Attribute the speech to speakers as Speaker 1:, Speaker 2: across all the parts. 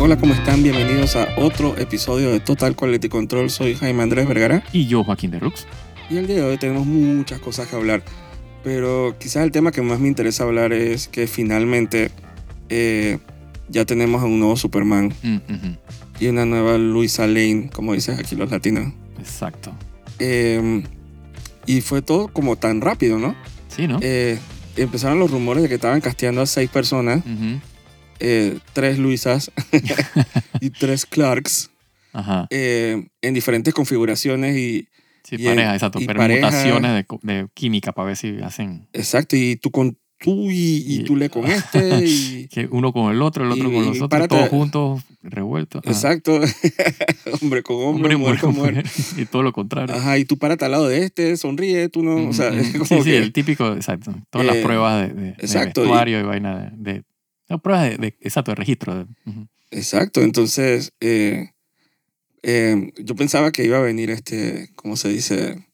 Speaker 1: Hola, ¿cómo están? Bienvenidos a otro episodio de Total Quality Control. Soy Jaime Andrés Vergara
Speaker 2: Y yo, Joaquín de Rux.
Speaker 1: y el día de hoy tenemos muchas cosas que hablar. Pero quizás el tema que más me interesa hablar es que finalmente eh, ya tenemos a un nuevo Superman
Speaker 2: Mm, ujú.
Speaker 1: y una nueva Luisa Lane, como dicen aquí los latinos.
Speaker 2: Exacto.
Speaker 1: Eh, y fue todo como tan rápido, ¿no?
Speaker 2: Sí, ¿no?
Speaker 1: Eh, empezaron los rumores de que estaban casteando a seis personas,
Speaker 2: Ujú.
Speaker 1: eh, tres Luisas y tres Clarks,
Speaker 2: Ajá.
Speaker 1: eh, en diferentes configuraciones y
Speaker 2: Sí,
Speaker 1: y
Speaker 2: pareja,
Speaker 1: en-
Speaker 2: exacto.
Speaker 1: y
Speaker 2: Permutaciones de, co- de química para ver si hacen
Speaker 1: Exacto, y tú con tú y, y
Speaker 2: Y-
Speaker 1: tú le con este y...
Speaker 2: que uno con el otro, el otro
Speaker 1: Y-
Speaker 2: con
Speaker 1: y
Speaker 2: los otros,
Speaker 1: párate-
Speaker 2: todos juntos, revueltos. Ajá.
Speaker 1: Exacto, hombre con hombre, mujer con mujer.
Speaker 2: y todo lo contrario.
Speaker 1: Ajá, y tú párate al lado de este, sonríe, tú no, o sea,
Speaker 2: Ujú,
Speaker 1: es
Speaker 2: ujú.
Speaker 1: como
Speaker 2: sí, sí,
Speaker 1: que-
Speaker 2: el típico, exacto. Todas las
Speaker 1: Eh,
Speaker 2: pruebas de, de- de
Speaker 1: exacto, y-
Speaker 2: vestuario y, vaina de... de- no, pruebas de, de- exacto, de registro. de- ujú.
Speaker 1: Exacto, entonces eh, eh, yo pensaba que iba a venir este, ¿cómo se dice?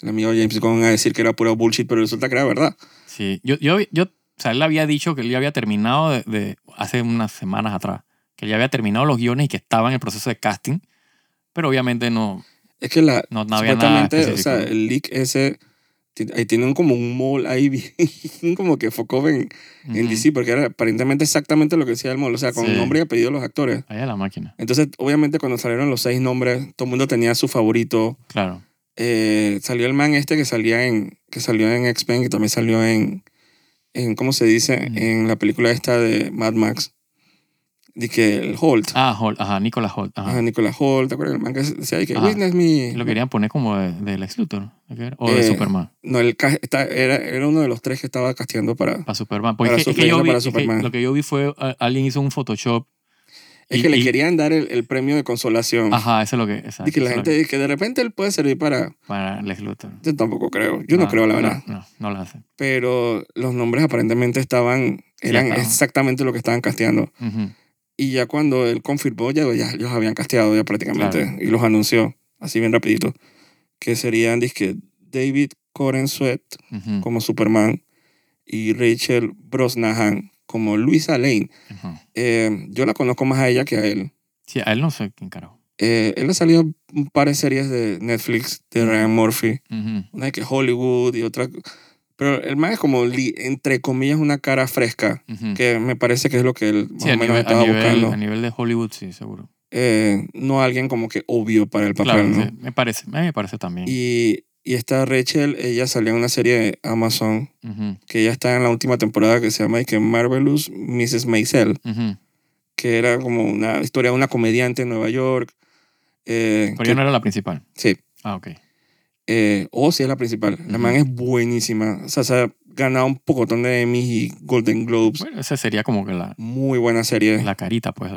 Speaker 1: El amigo James Gunn a decir que era pura bullshit, pero resulta que era verdad.
Speaker 2: Sí, yo, yo, yo, o sea, él había dicho que él ya había terminado de, de- hace unas semanas atrás, que él ya había terminado los guiones y que estaba en el proceso de casting, pero obviamente no,
Speaker 1: Es que la,
Speaker 2: no, no había nada
Speaker 1: supuestamente, o
Speaker 2: específico.
Speaker 1: sea, el leak ese, ti- ahí tienen como un mall ahí bien, como que focó en,
Speaker 2: Ujú.
Speaker 1: en DC, porque era aparentemente exactamente lo que decía el modelo, o sea, con
Speaker 2: Sí.
Speaker 1: nombre y apellido de los actores.
Speaker 2: Ahí a la máquina,
Speaker 1: Entonces, obviamente, cuando salieron los seis nombres, todo el mundo tenía su favorito.
Speaker 2: claro.
Speaker 1: Eh, salió el man este que salía en, que salió en X-Men, que también salió en, en, ¿cómo se dice?
Speaker 2: Mm.
Speaker 1: En la película esta de Mad Max. De que el Holt,
Speaker 2: Ah, Holt, ajá, Nicolas Holt, ajá.
Speaker 1: ah, Nicolas Holt, ¿te acuerdas? El man que decía de que
Speaker 2: Ajá.
Speaker 1: Witness me.
Speaker 2: Lo querían poner como de, de Lex Luthor, ¿no? ¿Qué era? o de
Speaker 1: Eh,
Speaker 2: Superman,
Speaker 1: No, el, ca- está- era, era uno de los tres que estaba casteando para...
Speaker 2: para Superman. Porque
Speaker 1: para
Speaker 2: es que- es que yo
Speaker 1: sustituirlo
Speaker 2: vi-
Speaker 1: para
Speaker 2: es que
Speaker 1: Superman.
Speaker 2: lo que yo vi fue, a- alguien hizo un Photoshop.
Speaker 1: Es
Speaker 2: y-
Speaker 1: que le
Speaker 2: y-
Speaker 1: querían dar el, el premio de consolación.
Speaker 2: Ajá, eso es lo que,
Speaker 1: Y Mm.
Speaker 2: exacto,
Speaker 1: que la
Speaker 2: eso es lo
Speaker 1: gente dice que de repente él puede servir para...
Speaker 2: que- para Lex Luthor.
Speaker 1: Yo tampoco creo. Yo no,
Speaker 2: Ah,
Speaker 1: creo, la verdad.
Speaker 2: No, no, no lo hace.
Speaker 1: Pero los nombres aparentemente estaban... Eran
Speaker 2: estaban.
Speaker 1: exactamente lo que estaban casteando.
Speaker 2: Ujú.
Speaker 1: Y ya cuando él confirmó, ya, ya los habían casteado ya prácticamente. Y los anunció, así bien rapidito. Que serían, disque David Coren Sweat
Speaker 2: Ujú.
Speaker 1: como Superman y Rachel Brosnahan como Luisa Lane.
Speaker 2: Ujú.
Speaker 1: Eh, yo la conozco más a ella que a él.
Speaker 2: Sí, a él no sé quién carajo.
Speaker 1: Eh, él ha salido en un par de series de Netflix de
Speaker 2: Ujú.
Speaker 1: Ryan Murphy.
Speaker 2: Ujú.
Speaker 1: Una de que Hollywood y otra. Pero el man es como, li- entre comillas, una cara fresca.
Speaker 2: Ujú.
Speaker 1: Que me parece que es lo que él más
Speaker 2: Sí,
Speaker 1: o
Speaker 2: a
Speaker 1: menos
Speaker 2: nivel, a,
Speaker 1: estaba
Speaker 2: nivel,
Speaker 1: buscando.
Speaker 2: a nivel de Hollywood, sí, seguro.
Speaker 1: Eh, no alguien como que obvio para el papel,
Speaker 2: claro,
Speaker 1: ¿no?
Speaker 2: sí, me parece, a mí me parece también.
Speaker 1: Y, y esta Rachel, ella salió en una serie de Amazon
Speaker 2: Ujú,
Speaker 1: que ya está en la última temporada que se llama y que Marvelous Mrs. Maisel,
Speaker 2: ujú.
Speaker 1: que era como una historia de una comediante en Nueva York. eh,
Speaker 2: Pero
Speaker 1: que-
Speaker 2: yo no era la principal.
Speaker 1: Sí.
Speaker 2: Ah, ok.
Speaker 1: eh, o si es la principal. La
Speaker 2: Ujú.
Speaker 1: man es buenísima. O sea, se ha ganado un pocotón de Emmys y Golden Globes.
Speaker 2: Bueno, esa sería como que la,
Speaker 1: Muy buena serie.
Speaker 2: la carita, pues.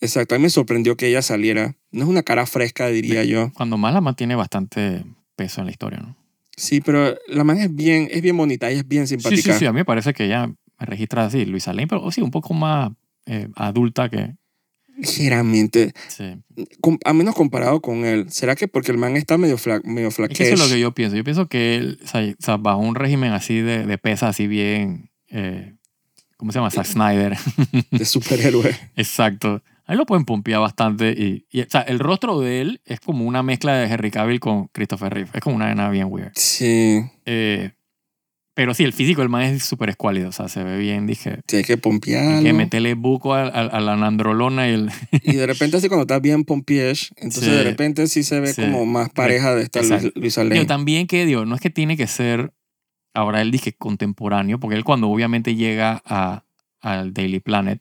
Speaker 1: Exacto. A mí me sorprendió que ella saliera. No es una cara fresca, diría yo.
Speaker 2: Cuando más la mantiene bastante peso en la historia, ¿no?
Speaker 1: Sí, pero la man es bien, es bien bonita, ella es bien
Speaker 2: Sí, sí,
Speaker 1: simpática.
Speaker 2: sí. A mí me parece que ella me registra así, Luisa Lane, pero sí, un poco más eh, adulta que...
Speaker 1: Ligeramente.
Speaker 2: Sí.
Speaker 1: Com- a menos comparado con él. ¿Será que porque el man está medio, fla medio
Speaker 2: Es que eso es lo
Speaker 1: flaquesh?
Speaker 2: que yo pienso. Yo pienso que él, o sea, o sea, bajo un régimen así de, de pesas, así bien... eh, ¿Cómo se llama?
Speaker 1: Eh,
Speaker 2: Zack Snyder.
Speaker 1: de superhéroe?
Speaker 2: Exacto. Ahí lo pueden pompear bastante. Y, y, o sea, el rostro de él es como una mezcla de Henry Cavill con Christopher Reeve. Es como una nena bien weird.
Speaker 1: Sí,
Speaker 2: Eh, pero sí, el físico del man es súper escuálido. O sea, se ve bien. Dije,
Speaker 1: tiene que
Speaker 2: hay
Speaker 1: pompearlo.
Speaker 2: que meterle buco a, a- a la nandrolona y el...
Speaker 1: Y de repente así cuando está bien pompiesh, entonces
Speaker 2: Sí.
Speaker 1: de repente sí se ve
Speaker 2: Sí.
Speaker 1: como más pareja de esta Luis,
Speaker 2: Exacto.
Speaker 1: Luisa
Speaker 2: Digo,
Speaker 1: Lane.
Speaker 2: también que, digo, no es que tiene que ser ahora él dije contemporáneo, porque él cuando obviamente llega a, al Daily Planet,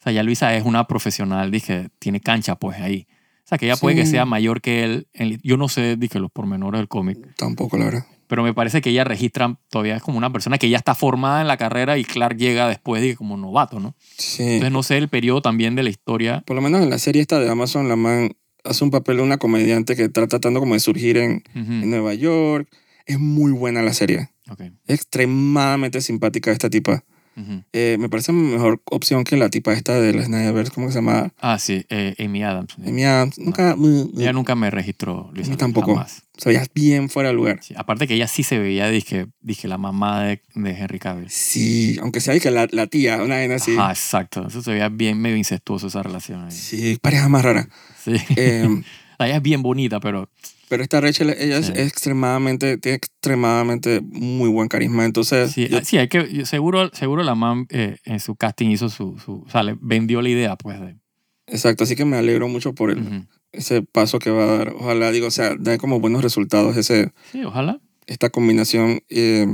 Speaker 2: o sea, ya Luisa es una profesional, dije, tiene cancha pues ahí. O sea, que ella puede que
Speaker 1: Sí.
Speaker 2: sea mayor que él. en- yo no sé, dije, los pormenores del cómic,
Speaker 1: Tampoco, la verdad.
Speaker 2: pero me parece que ella registra todavía es como una persona que ya está formada en la carrera y Clark llega después, dije, como novato, ¿no?
Speaker 1: Sí.
Speaker 2: Entonces no sé el periodo también de la historia.
Speaker 1: Por lo menos en la serie esta de Amazon, la man hace un papel de una comediante que está tratando como de surgir en, en
Speaker 2: Ujú.
Speaker 1: Nueva York. Es muy buena la serie.
Speaker 2: Ok.
Speaker 1: Extremadamente simpática esta tipa.
Speaker 2: Ujú.
Speaker 1: Eh, me parece mejor opción que la tipa esta del Snyderverse, ¿cómo que se llama?
Speaker 2: Ah, sí, eh, Amy Adams.
Speaker 1: Amy Adams. Nunca...
Speaker 2: Ella nunca me registró, Luis.
Speaker 1: Yo
Speaker 2: Andrés,
Speaker 1: tampoco.
Speaker 2: jamás.
Speaker 1: Se veía bien fuera de lugar.
Speaker 2: Sí, Aparte que ella sí se veía, dije, dije la mamá de, de Henry Cavill.
Speaker 1: Sí, aunque sea y que la, la tía, una vaina así.
Speaker 2: Ah, exacto. Eso se veía bien medio incestuoso esa relación ahí. Sí.
Speaker 1: Sí, pareja más rara. Eh,
Speaker 2: ella es bien bonita, pero
Speaker 1: pero esta Rachel, ella es
Speaker 2: Sí.
Speaker 1: extremadamente, tiene extremadamente muy buen carisma. Entonces,
Speaker 2: sí, ah,
Speaker 1: yo-
Speaker 2: sí, hay que, yo- seguro, seguro la mam eh, en su casting hizo su, su o sea, le vendió la idea, pues. De,
Speaker 1: exacto, así que me alegro mucho por el,
Speaker 2: Ujú.
Speaker 1: ese paso que va a dar. Ojalá, digo, o sea, da como buenos resultados ese,
Speaker 2: Sí, ojalá.
Speaker 1: esta combinación. eh,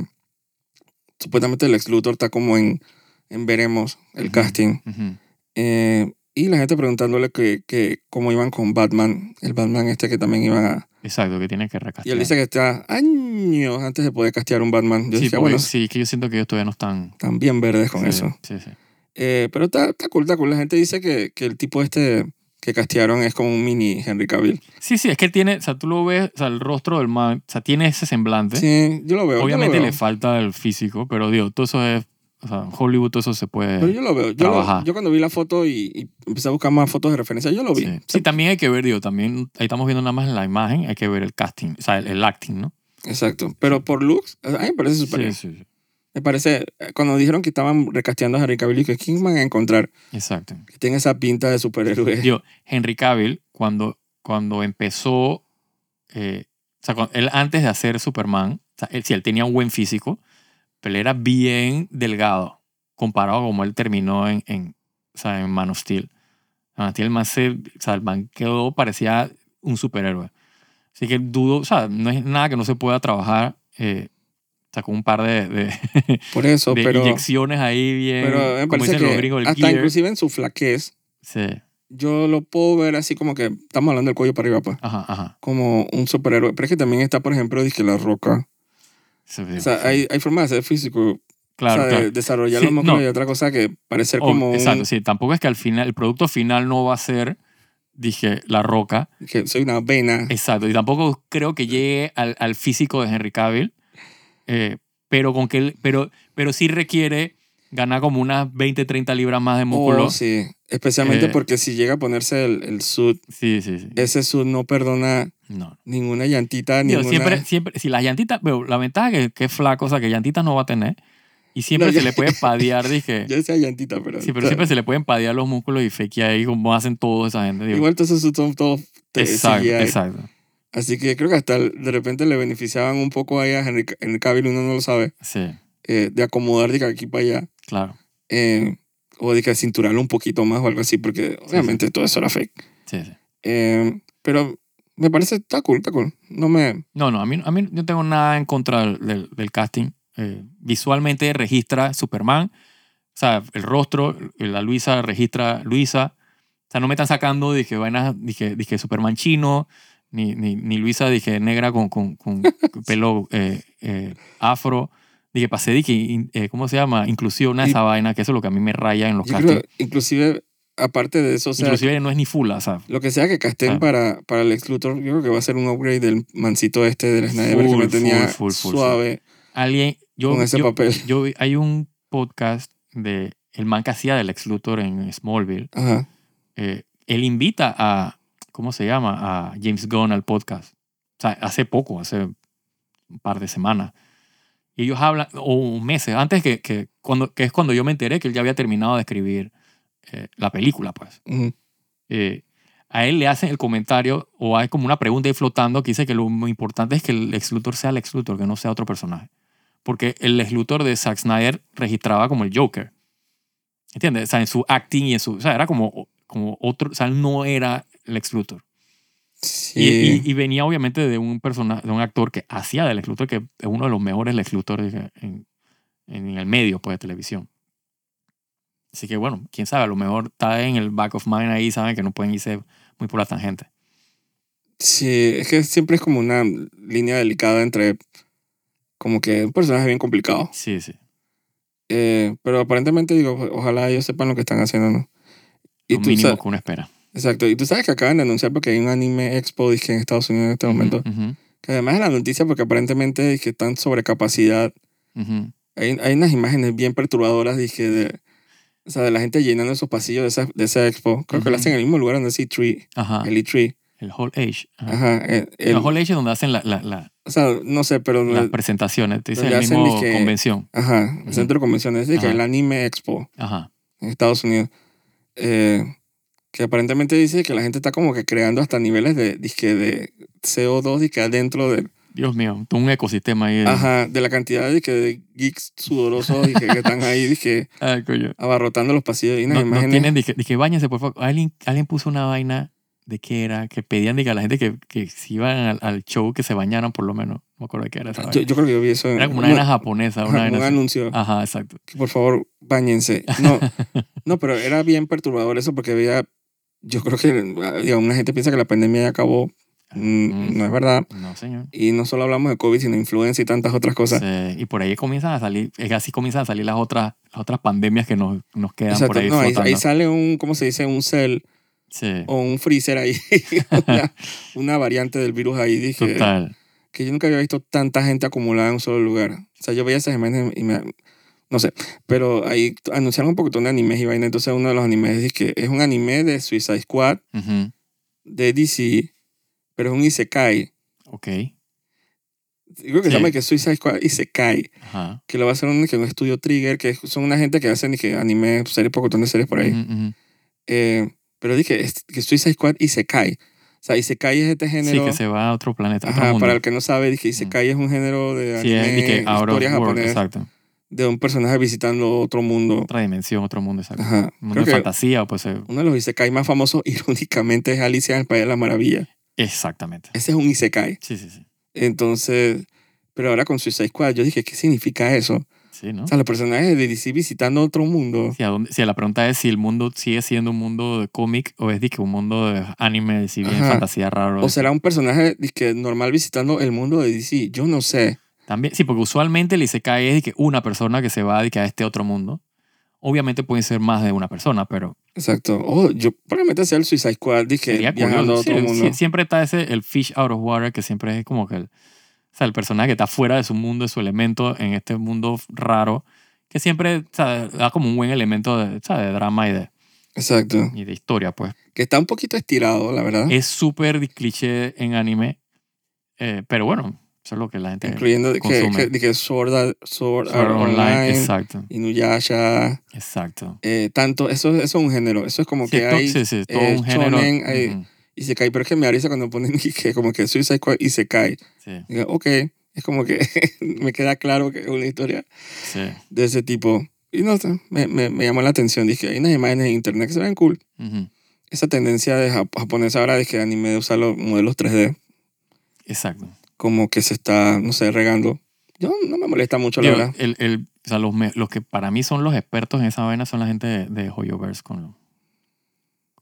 Speaker 1: supuestamente el ex Luthor está como en, en veremos el
Speaker 2: Ujú.
Speaker 1: casting.
Speaker 2: Ujú.
Speaker 1: Eh, y la gente preguntándole que, que cómo iban con Batman, el Batman este que también iban a...
Speaker 2: Exacto, que tiene que recastear.
Speaker 1: Y él dice que está años antes de poder castear un Batman. Yo
Speaker 2: sí,
Speaker 1: decía,
Speaker 2: porque-
Speaker 1: bueno,
Speaker 2: sí, que yo siento que ellos todavía no están...
Speaker 1: están bien verdes con
Speaker 2: sí,
Speaker 1: eso.
Speaker 2: Sí, sí.
Speaker 1: Eh, pero está, está cool, está cool. La gente dice que, que el tipo este que castearon es como un mini Henry Cavill.
Speaker 2: Sí, sí, es que él tiene, o sea, tú lo ves, o sea, el rostro del man, o sea, tiene ese semblante.
Speaker 1: Sí, yo lo veo. yo
Speaker 2: ¿Eh? Obviamente
Speaker 1: lo veo.
Speaker 2: le falta el físico, pero digo, todo eso es, o sea, en Hollywood todo eso se puede...
Speaker 1: Pero yo lo veo. Yo, lo-
Speaker 2: trabaja.
Speaker 1: yo cuando vi la foto y, y empecé a buscar más fotos de referencia, yo lo vi.
Speaker 2: Sí. Sí, también hay que ver, digo, también ahí estamos viendo nada más la imagen, hay que ver el casting, o sea, el, el acting, ¿no?
Speaker 1: Exacto. Pero por looks, a mí me parece
Speaker 2: Sí,
Speaker 1: súper bien.
Speaker 2: sí, sí.
Speaker 1: Me parece, eh, cuando dijeron que estaban recasteando a Henry Cavill, dije, ¿quién van a encontrar
Speaker 2: Exacto.
Speaker 1: que tenga esa pinta de superhéroe?
Speaker 2: Digo, Henry Cavill, cuando, cuando empezó, eh, o sea, cuando- él antes de hacer Superman, o sea, él, sí, él tenía un buen físico, pero él era bien delgado, comparado a como él terminó en, en, o sea, en Man of Steel. Man of Steel, el man, se- o sea, el man quedó, parecía un superhéroe. Así que dudo, o sea, no es nada que no se pueda trabajar, eh, o sea, con un par de- de,
Speaker 1: Por eso,
Speaker 2: de
Speaker 1: pero,
Speaker 2: inyecciones ahí bien.
Speaker 1: pero me
Speaker 2: como
Speaker 1: parece
Speaker 2: dicen los
Speaker 1: que
Speaker 2: gringos, el
Speaker 1: hasta
Speaker 2: gear.
Speaker 1: inclusive en su flaquez,
Speaker 2: Sí,
Speaker 1: yo lo puedo ver así como que estamos hablando del cuello para arriba, pues.
Speaker 2: ajá, ajá.
Speaker 1: Como un superhéroe. Pero es que también está, por ejemplo, dije la roca.
Speaker 2: Sí,
Speaker 1: O sea,
Speaker 2: sí.
Speaker 1: hay, hay formas de ser físico.
Speaker 2: claro,
Speaker 1: o sea, de
Speaker 2: claro.
Speaker 1: desarrollar
Speaker 2: Sí,
Speaker 1: los músculos
Speaker 2: no.
Speaker 1: y otra cosa que parecer
Speaker 2: O-
Speaker 1: como
Speaker 2: exacto, sí. Tampoco es que al final, el producto final no va a ser, dije, la roca.
Speaker 1: un, que soy una vena.
Speaker 2: Exacto. Y tampoco creo que llegue al, al físico de Henry Cavill. eh, pero, con que él, pero, pero sí requiere ganar como unas 20, 30 libras más de músculo.
Speaker 1: Oh, sí. Especialmente
Speaker 2: Eh.
Speaker 1: porque si llega a ponerse el, el suit,
Speaker 2: sí, sí, sí.
Speaker 1: ese suit no perdona
Speaker 2: No.
Speaker 1: ninguna llantita,
Speaker 2: Digo,
Speaker 1: ninguna... ¿eh?
Speaker 2: siempre, siempre, si las llantitas, pero la ventaja es que, que es flaco, o sea, que llantitas no va a tener. Y siempre
Speaker 1: No,
Speaker 2: se
Speaker 1: yo-
Speaker 2: le puede padear, dije.
Speaker 1: Yo decía llantita, pero...
Speaker 2: Sí,
Speaker 1: o
Speaker 2: pero
Speaker 1: sea,
Speaker 2: siempre se le pueden padear los músculos y fake ahí, como hacen toda esa gente. digo.
Speaker 1: Igual todos esos suits son todos... te-
Speaker 2: exacto,
Speaker 1: CGI.
Speaker 2: exacto.
Speaker 1: Así que creo que hasta el- de repente le beneficiaban un poco ahí a Henry, Henry Cavill, uno no lo sabe,
Speaker 2: Sí,
Speaker 1: eh, de acomodar de aquí para allá.
Speaker 2: claro.
Speaker 1: eh, o de que cinturarlo un poquito más o algo así, porque obviamente todo eso era fake.
Speaker 2: Sí, sí.
Speaker 1: Eh, pero me parece, está cool, está cool. No me...
Speaker 2: No, no, a mí, a mí no tengo nada en contra del, del- del casting. Eh, visualmente registra Superman, o sea, el rostro, la Luisa registra Luisa. O sea, no me están sacando, dije, vainas, dije, dije Superman chino, ni, ni, ni Luisa, dije, negra con, con, con pelo eh, eh, afro. Dije, pasé, dije, in- eh, ¿cómo se llama? Inclusión a
Speaker 1: Y-
Speaker 2: esa vaina, que eso es lo que a mí me raya en los
Speaker 1: Yo
Speaker 2: castings.
Speaker 1: creo, inclusive, aparte de eso, o sea,
Speaker 2: Inclusive no es ni fula, o sea,
Speaker 1: lo que sea que casten
Speaker 2: Ah.
Speaker 1: para, para el ex Luthor, yo creo que va a ser un upgrade del mancito este del Snyder que
Speaker 2: Full,
Speaker 1: me tenía
Speaker 2: full, full, full,
Speaker 1: suave
Speaker 2: alguien, yo,
Speaker 1: con ese
Speaker 2: yo,
Speaker 1: papel.
Speaker 2: yo vi- hay un podcast de el man que hacía del ex Luthor en Smallville.
Speaker 1: Ajá.
Speaker 2: Eh, él invita a, ¿cómo se llama? A James Gunn al podcast. O sea, hace poco, hace un par de semanas. Y ellos hablan, o meses, antes que, que, cuando, que es cuando yo me enteré que él ya había terminado de escribir eh, la película, pues
Speaker 1: Ujú.
Speaker 2: eh, a él le hacen el comentario o hay como una pregunta ahí flotando que dice que lo muy importante es que el ex Luthor sea el ex Luthor, que no sea otro personaje. Porque el ex Luthor de Zack Snyder registraba como el Joker. ¿Entiendes? O sea, en su acting y en su... O sea, era como, como otro... O sea, él no era el ex Luthor.
Speaker 1: Sí.
Speaker 2: Y, y- y venía obviamente de un personaje, de un actor que hacía del ex Luthor, que es uno de los mejores ex Luthor dije, en, en el medio pues, de televisión. Así que bueno, quién sabe, a lo mejor está en el back of mind ahí, saben que no pueden irse muy por la tangente.
Speaker 1: Sí, es que siempre es como una línea delicada entre como que un personaje bien complicado.
Speaker 2: Sí, sí.
Speaker 1: Eh, pero aparentemente digo, ojalá ellos sepan lo que están haciendo, ¿no? Y
Speaker 2: Lo
Speaker 1: tú,
Speaker 2: mínimo
Speaker 1: sa-
Speaker 2: que uno espera.
Speaker 1: exacto, y tú sabes que acaban de anunciar porque hay un anime expo dizque, en Estados Unidos en este momento,
Speaker 2: Ujú,
Speaker 1: que además es la noticia porque aparentemente es que están sobre capacidad
Speaker 2: ujú, ujú.
Speaker 1: Hay, hay unas imágenes bien perturbadoras, dije, de, o sea, de la gente llenando esos pasillos de esa, de esa expo. Creo que lo
Speaker 2: Ujú.
Speaker 1: hacen en el mismo lugar donde es E3,
Speaker 2: Ajá.
Speaker 1: el E3.
Speaker 2: El Hall Age. Ajá.
Speaker 1: Ajá. el- el-
Speaker 2: El Hall Age es donde hacen la- la- la-
Speaker 1: o sea, no sé, pero...
Speaker 2: las presentaciones. Te dice
Speaker 1: donde
Speaker 2: el
Speaker 1: hacen
Speaker 2: mismo
Speaker 1: disque-
Speaker 2: convención.
Speaker 1: Ajá, el
Speaker 2: Ujú.
Speaker 1: centro de convenciones. Es que
Speaker 2: Ajá.
Speaker 1: el Anime Expo.
Speaker 2: Ajá.
Speaker 1: en Estados Unidos, eh, que aparentemente dice que la gente está como que creando hasta niveles de, dizque de CO2 dizque adentro de,
Speaker 2: Dios mío, todo un ecosistema ahí. de-
Speaker 1: ajá, de la cantidad dizque de geeks sudorosos dizque, que están ahí dizque,
Speaker 2: Ay, coño.
Speaker 1: abarrotando los pasillos y unas
Speaker 2: No, no
Speaker 1: imágenes.
Speaker 2: tienen, dije, dije, báñense, por favor. Alguien, alguien puso una vaina de qué era, que pedían, dije, a la gente que, que si iban al, al show que se bañaran, por lo menos. No me acuerdo de qué era esa
Speaker 1: yo,
Speaker 2: vaina.
Speaker 1: yo creo que yo vi eso en
Speaker 2: Era como una
Speaker 1: una-
Speaker 2: vaina japonesa,
Speaker 1: ajá,
Speaker 2: una
Speaker 1: como
Speaker 2: vaina
Speaker 1: un
Speaker 2: así. Ah.
Speaker 1: anuncio.
Speaker 2: Ajá, exacto.
Speaker 1: que por favor, bañense. No, no, pero era bien perturbador eso porque veía, yo creo que digamos, una gente piensa que la pandemia ya acabó. Mm,
Speaker 2: Mm.
Speaker 1: No es verdad.
Speaker 2: No, señor.
Speaker 1: Y no solo hablamos de COVID, sino influenza y tantas otras cosas.
Speaker 2: Sí, y por ahí comienzan a salir, es así comienzan a salir las otras, las otras pandemias que nos, nos quedan
Speaker 1: Exacto.
Speaker 2: por ahí
Speaker 1: No, ahí,
Speaker 2: flotando.
Speaker 1: ahí sale un, ¿cómo se dice? Un cell
Speaker 2: sí,
Speaker 1: o un freezer ahí. una, una variante del virus ahí. Dije,
Speaker 2: total.
Speaker 1: que yo nunca había visto tanta gente acumulada en un solo lugar. O sea, yo veía esas imágenes y me... No sé, pero ahí t- anunciaron un poquitón de animes y vaina. Entonces uno de los animes es que es un anime de Suicide Squad,
Speaker 2: Ujú,
Speaker 1: de DC, pero es un Isekai.
Speaker 2: Ok.
Speaker 1: Creo que
Speaker 2: Sí.
Speaker 1: se llama que Suicide Squad Isekai,
Speaker 2: Ajá.
Speaker 1: que lo va a hacer un, que un estudio Trigger, que son una gente que hacen y que anime, series, pocotón de series por ahí.
Speaker 2: Ujú, ujú.
Speaker 1: Eh, pero dije es- que Suicide Squad Isekai. O sea, Isekai es este
Speaker 2: Sí,
Speaker 1: género.
Speaker 2: que se va a otro planeta, a otro
Speaker 1: Ajá,
Speaker 2: mundo.
Speaker 1: para el que no sabe, dije Isekai es un género de
Speaker 2: sí,
Speaker 1: anime,
Speaker 2: es de que out of
Speaker 1: historia
Speaker 2: world,
Speaker 1: japonesa,
Speaker 2: exacto.
Speaker 1: de un personaje visitando otro mundo.
Speaker 2: Otra dimensión, otro mundo, exacto.
Speaker 1: Ajá.
Speaker 2: Un mundo
Speaker 1: Creo
Speaker 2: de
Speaker 1: que
Speaker 2: fantasía, pues. eh,
Speaker 1: uno de los Isekai más famosos, irónicamente, es Alicia en el País de las Maravillas.
Speaker 2: Exactamente.
Speaker 1: Ese es un Isekai.
Speaker 2: Sí, sí, sí.
Speaker 1: Entonces, pero ahora con Suicide Squad, yo dije, ¿qué significa eso?
Speaker 2: Sí, ¿no?
Speaker 1: O sea, los personajes de DC visitando otro mundo.
Speaker 2: Si, a dónde- si la pregunta es si el mundo sigue siendo un mundo de cómic o es de que un mundo de anime, si bien
Speaker 1: Ajá.
Speaker 2: fantasía raro.
Speaker 1: O será un personaje dizque, normal visitando el mundo de DC. Yo no sé.
Speaker 2: También, sí, porque usualmente el Isekai es de que una persona que se va de que a este otro mundo. Obviamente pueden ser más de una persona, pero
Speaker 1: Exacto. Oh, yo probablemente sea el Suicide Squad, dije,
Speaker 2: sería
Speaker 1: viajando
Speaker 2: curioso.
Speaker 1: a otro
Speaker 2: Sí,
Speaker 1: mundo.
Speaker 2: sí, siempre está ese, el fish out of water, que siempre es como que el, o sea, el personaje que está fuera de su mundo, de su elemento, en este mundo raro, que siempre o sea, da como un buen elemento de, o sea, de drama y de,
Speaker 1: Exacto.
Speaker 2: y de historia, pues.
Speaker 1: Que está un poquito estirado, la verdad.
Speaker 2: Es súper cliché en anime, eh, pero bueno, eso es lo que la gente...
Speaker 1: incluyendo de que,
Speaker 2: consume.
Speaker 1: que- de que Sword, Art- Sword
Speaker 2: Sword
Speaker 1: Art
Speaker 2: Art
Speaker 1: Online,
Speaker 2: exacto,
Speaker 1: Inuyasha,
Speaker 2: exacto.
Speaker 1: eh, tanto. Eso, eso es un género. Eso es como
Speaker 2: Sí,
Speaker 1: que
Speaker 2: to-
Speaker 1: hay
Speaker 2: sí, sí, todo
Speaker 1: eh,
Speaker 2: un género.
Speaker 1: shonen, hay-
Speaker 2: ujú,
Speaker 1: y se cae. Pero es que me avisa cuando ponen que como que Suicide Squad y se cae.
Speaker 2: sí,
Speaker 1: Digo, ok, es como que me queda claro que es una historia
Speaker 2: sí.
Speaker 1: de ese tipo. Y no sé, me, me, me llamó la atención. Dije, hay unas imágenes en internet que se ven cool.
Speaker 2: ujú,
Speaker 1: Esa tendencia de jap- japonesa ahora de que anime de usar los modelos 3D.
Speaker 2: Exacto.
Speaker 1: como que se está, no sé, regando. Yo no me molesta mucho,
Speaker 2: Digo,
Speaker 1: la verdad.
Speaker 2: el- el- o sea, los, me- los que para mí son los expertos en esa vaina son la gente de, de Hoyoverse con, lo-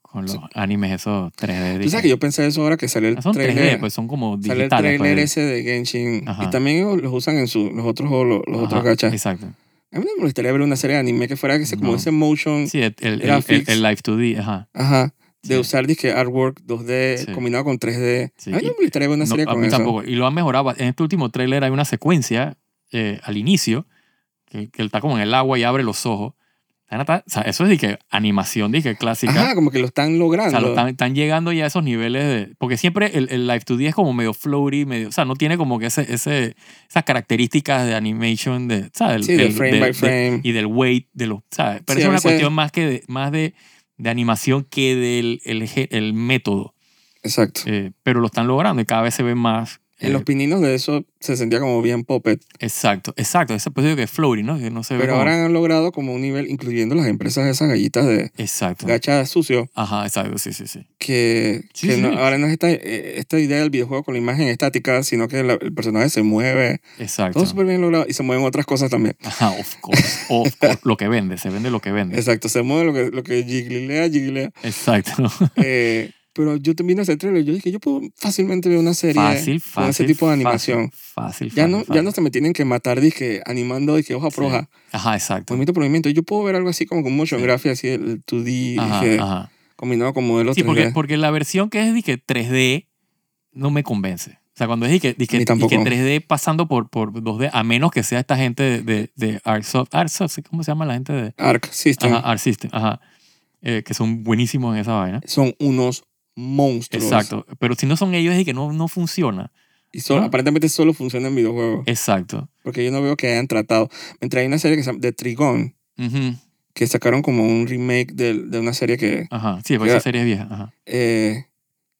Speaker 2: con los
Speaker 1: Sí.
Speaker 2: animes esos 3D.
Speaker 1: Tú
Speaker 2: dije.
Speaker 1: sabes que yo pensé eso ahora que salió el
Speaker 2: Ah, son 3D,
Speaker 1: trailer.
Speaker 2: pues son como
Speaker 1: sale el
Speaker 2: digitales.
Speaker 1: trailer
Speaker 2: pues.
Speaker 1: ese de Genshin.
Speaker 2: Ajá.
Speaker 1: Y también los usan en su, los otros juegos, los, los otros
Speaker 2: Ajá,
Speaker 1: gachas.
Speaker 2: Exacto.
Speaker 1: A mí no me molestaría ver una serie de anime que fuera ese, como
Speaker 2: No.
Speaker 1: ese motion.
Speaker 2: Sí, el, el, el, el,
Speaker 1: Graphics.
Speaker 2: el Live 2D, ajá.
Speaker 1: Ajá. De
Speaker 2: Sí.
Speaker 1: usar disque artwork 2D
Speaker 2: Sí.
Speaker 1: combinado con 3D.
Speaker 2: Sí,
Speaker 1: A mí no
Speaker 2: y-
Speaker 1: me molestaría ver una
Speaker 2: No,
Speaker 1: serie
Speaker 2: a
Speaker 1: con
Speaker 2: mí
Speaker 1: eso.
Speaker 2: tampoco. Y lo han mejorado. ba- En este último tráiler hay una secuencia eh, al inicio que, que él está como en el agua y abre los ojos. Está- está- o sea, eso es de que animación, dije, clásica.
Speaker 1: Ajá, como que lo están logrando.
Speaker 2: O sea, lo están, están llegando ya a esos niveles de... Porque siempre el, el Live 2D es como medio floaty, medio... O sea, no tiene como que ese, ese, esas características de animation de... O sea, del-
Speaker 1: sí, de
Speaker 2: del-
Speaker 1: frame
Speaker 2: de-
Speaker 1: by
Speaker 2: de-
Speaker 1: frame.
Speaker 2: y del weight de los... ¿sabes?
Speaker 1: Sí,
Speaker 2: Pero eso
Speaker 1: a
Speaker 2: es una
Speaker 1: veces-
Speaker 2: cuestión más, que de, más de, de animación que del el, ge- el método.
Speaker 1: Exacto.
Speaker 2: Eh, pero lo están logrando y cada vez se ve más... eh,
Speaker 1: En los pininos de eso se sentía como bien puppet.
Speaker 2: Exacto, exacto. Ese episodio que es floaty, ¿no? Que no se ve
Speaker 1: Pero
Speaker 2: como-
Speaker 1: ahora han logrado como un nivel, incluyendo las empresas de esas gallitas de
Speaker 2: Exacto.
Speaker 1: gacha sucio.
Speaker 2: Ajá, exacto, sí, sí, sí.
Speaker 1: que,
Speaker 2: Sí,
Speaker 1: que no-
Speaker 2: sí.
Speaker 1: ahora no es esta, eh, esta idea del videojuego con la imagen estática, sino que la- el personaje se mueve.
Speaker 2: Exacto.
Speaker 1: Todo súper bien logrado y se mueven otras cosas también.
Speaker 2: Ajá, of course, of course. Lo que vende, se vende lo que vende.
Speaker 1: Exacto, se mueve lo que, lo que giglilea, giglilea.
Speaker 2: Exacto.
Speaker 1: Eh, pero yo también ese trailer, yo dije, yo puedo fácilmente ver una serie
Speaker 2: fácil, fácil.
Speaker 1: con ese tipo de animación.
Speaker 2: Fácil, fácil.
Speaker 1: Ya no,
Speaker 2: fácil,
Speaker 1: ya no
Speaker 2: fácil.
Speaker 1: se me tienen que matar dije, animando dije, hoja por
Speaker 2: Sí.
Speaker 1: hoja,
Speaker 2: Ajá, exacto.
Speaker 1: movimiento por movimiento. Yo puedo ver algo así como con motion
Speaker 2: Sí.
Speaker 1: graphics, así el 2D,
Speaker 2: Ajá,
Speaker 1: dije,
Speaker 2: ajá.
Speaker 1: combinado con modelos
Speaker 2: Sí, porque,
Speaker 1: 3D.
Speaker 2: porque la versión que es dije, 3D no me convence. O sea, cuando es dizque, dizque-
Speaker 1: Ni tampoco.
Speaker 2: dizque 3D pasando por, por 2D, a menos que sea esta gente de, de, de Artsoft, Artsoft, ¿cómo se llama la gente de
Speaker 1: Arc System
Speaker 2: ajá, Art System? Ajá. Eh, que son buenísimos en esa vaina.
Speaker 1: son unos monstruos.
Speaker 2: Exacto. Pero si no son ellos, es que no, no funciona.
Speaker 1: Y solo-
Speaker 2: Ah.
Speaker 1: aparentemente solo funcionan en videojuegos.
Speaker 2: Eh. Exacto.
Speaker 1: Porque yo no veo que hayan tratado. Mientras hay una serie que se llama The Trigon,
Speaker 2: Ujú,
Speaker 1: que sacaron como un remake de, de una serie que,
Speaker 2: Ajá. Sí, porque
Speaker 1: Ya.
Speaker 2: esa serie es vieja. Ajá.
Speaker 1: eh,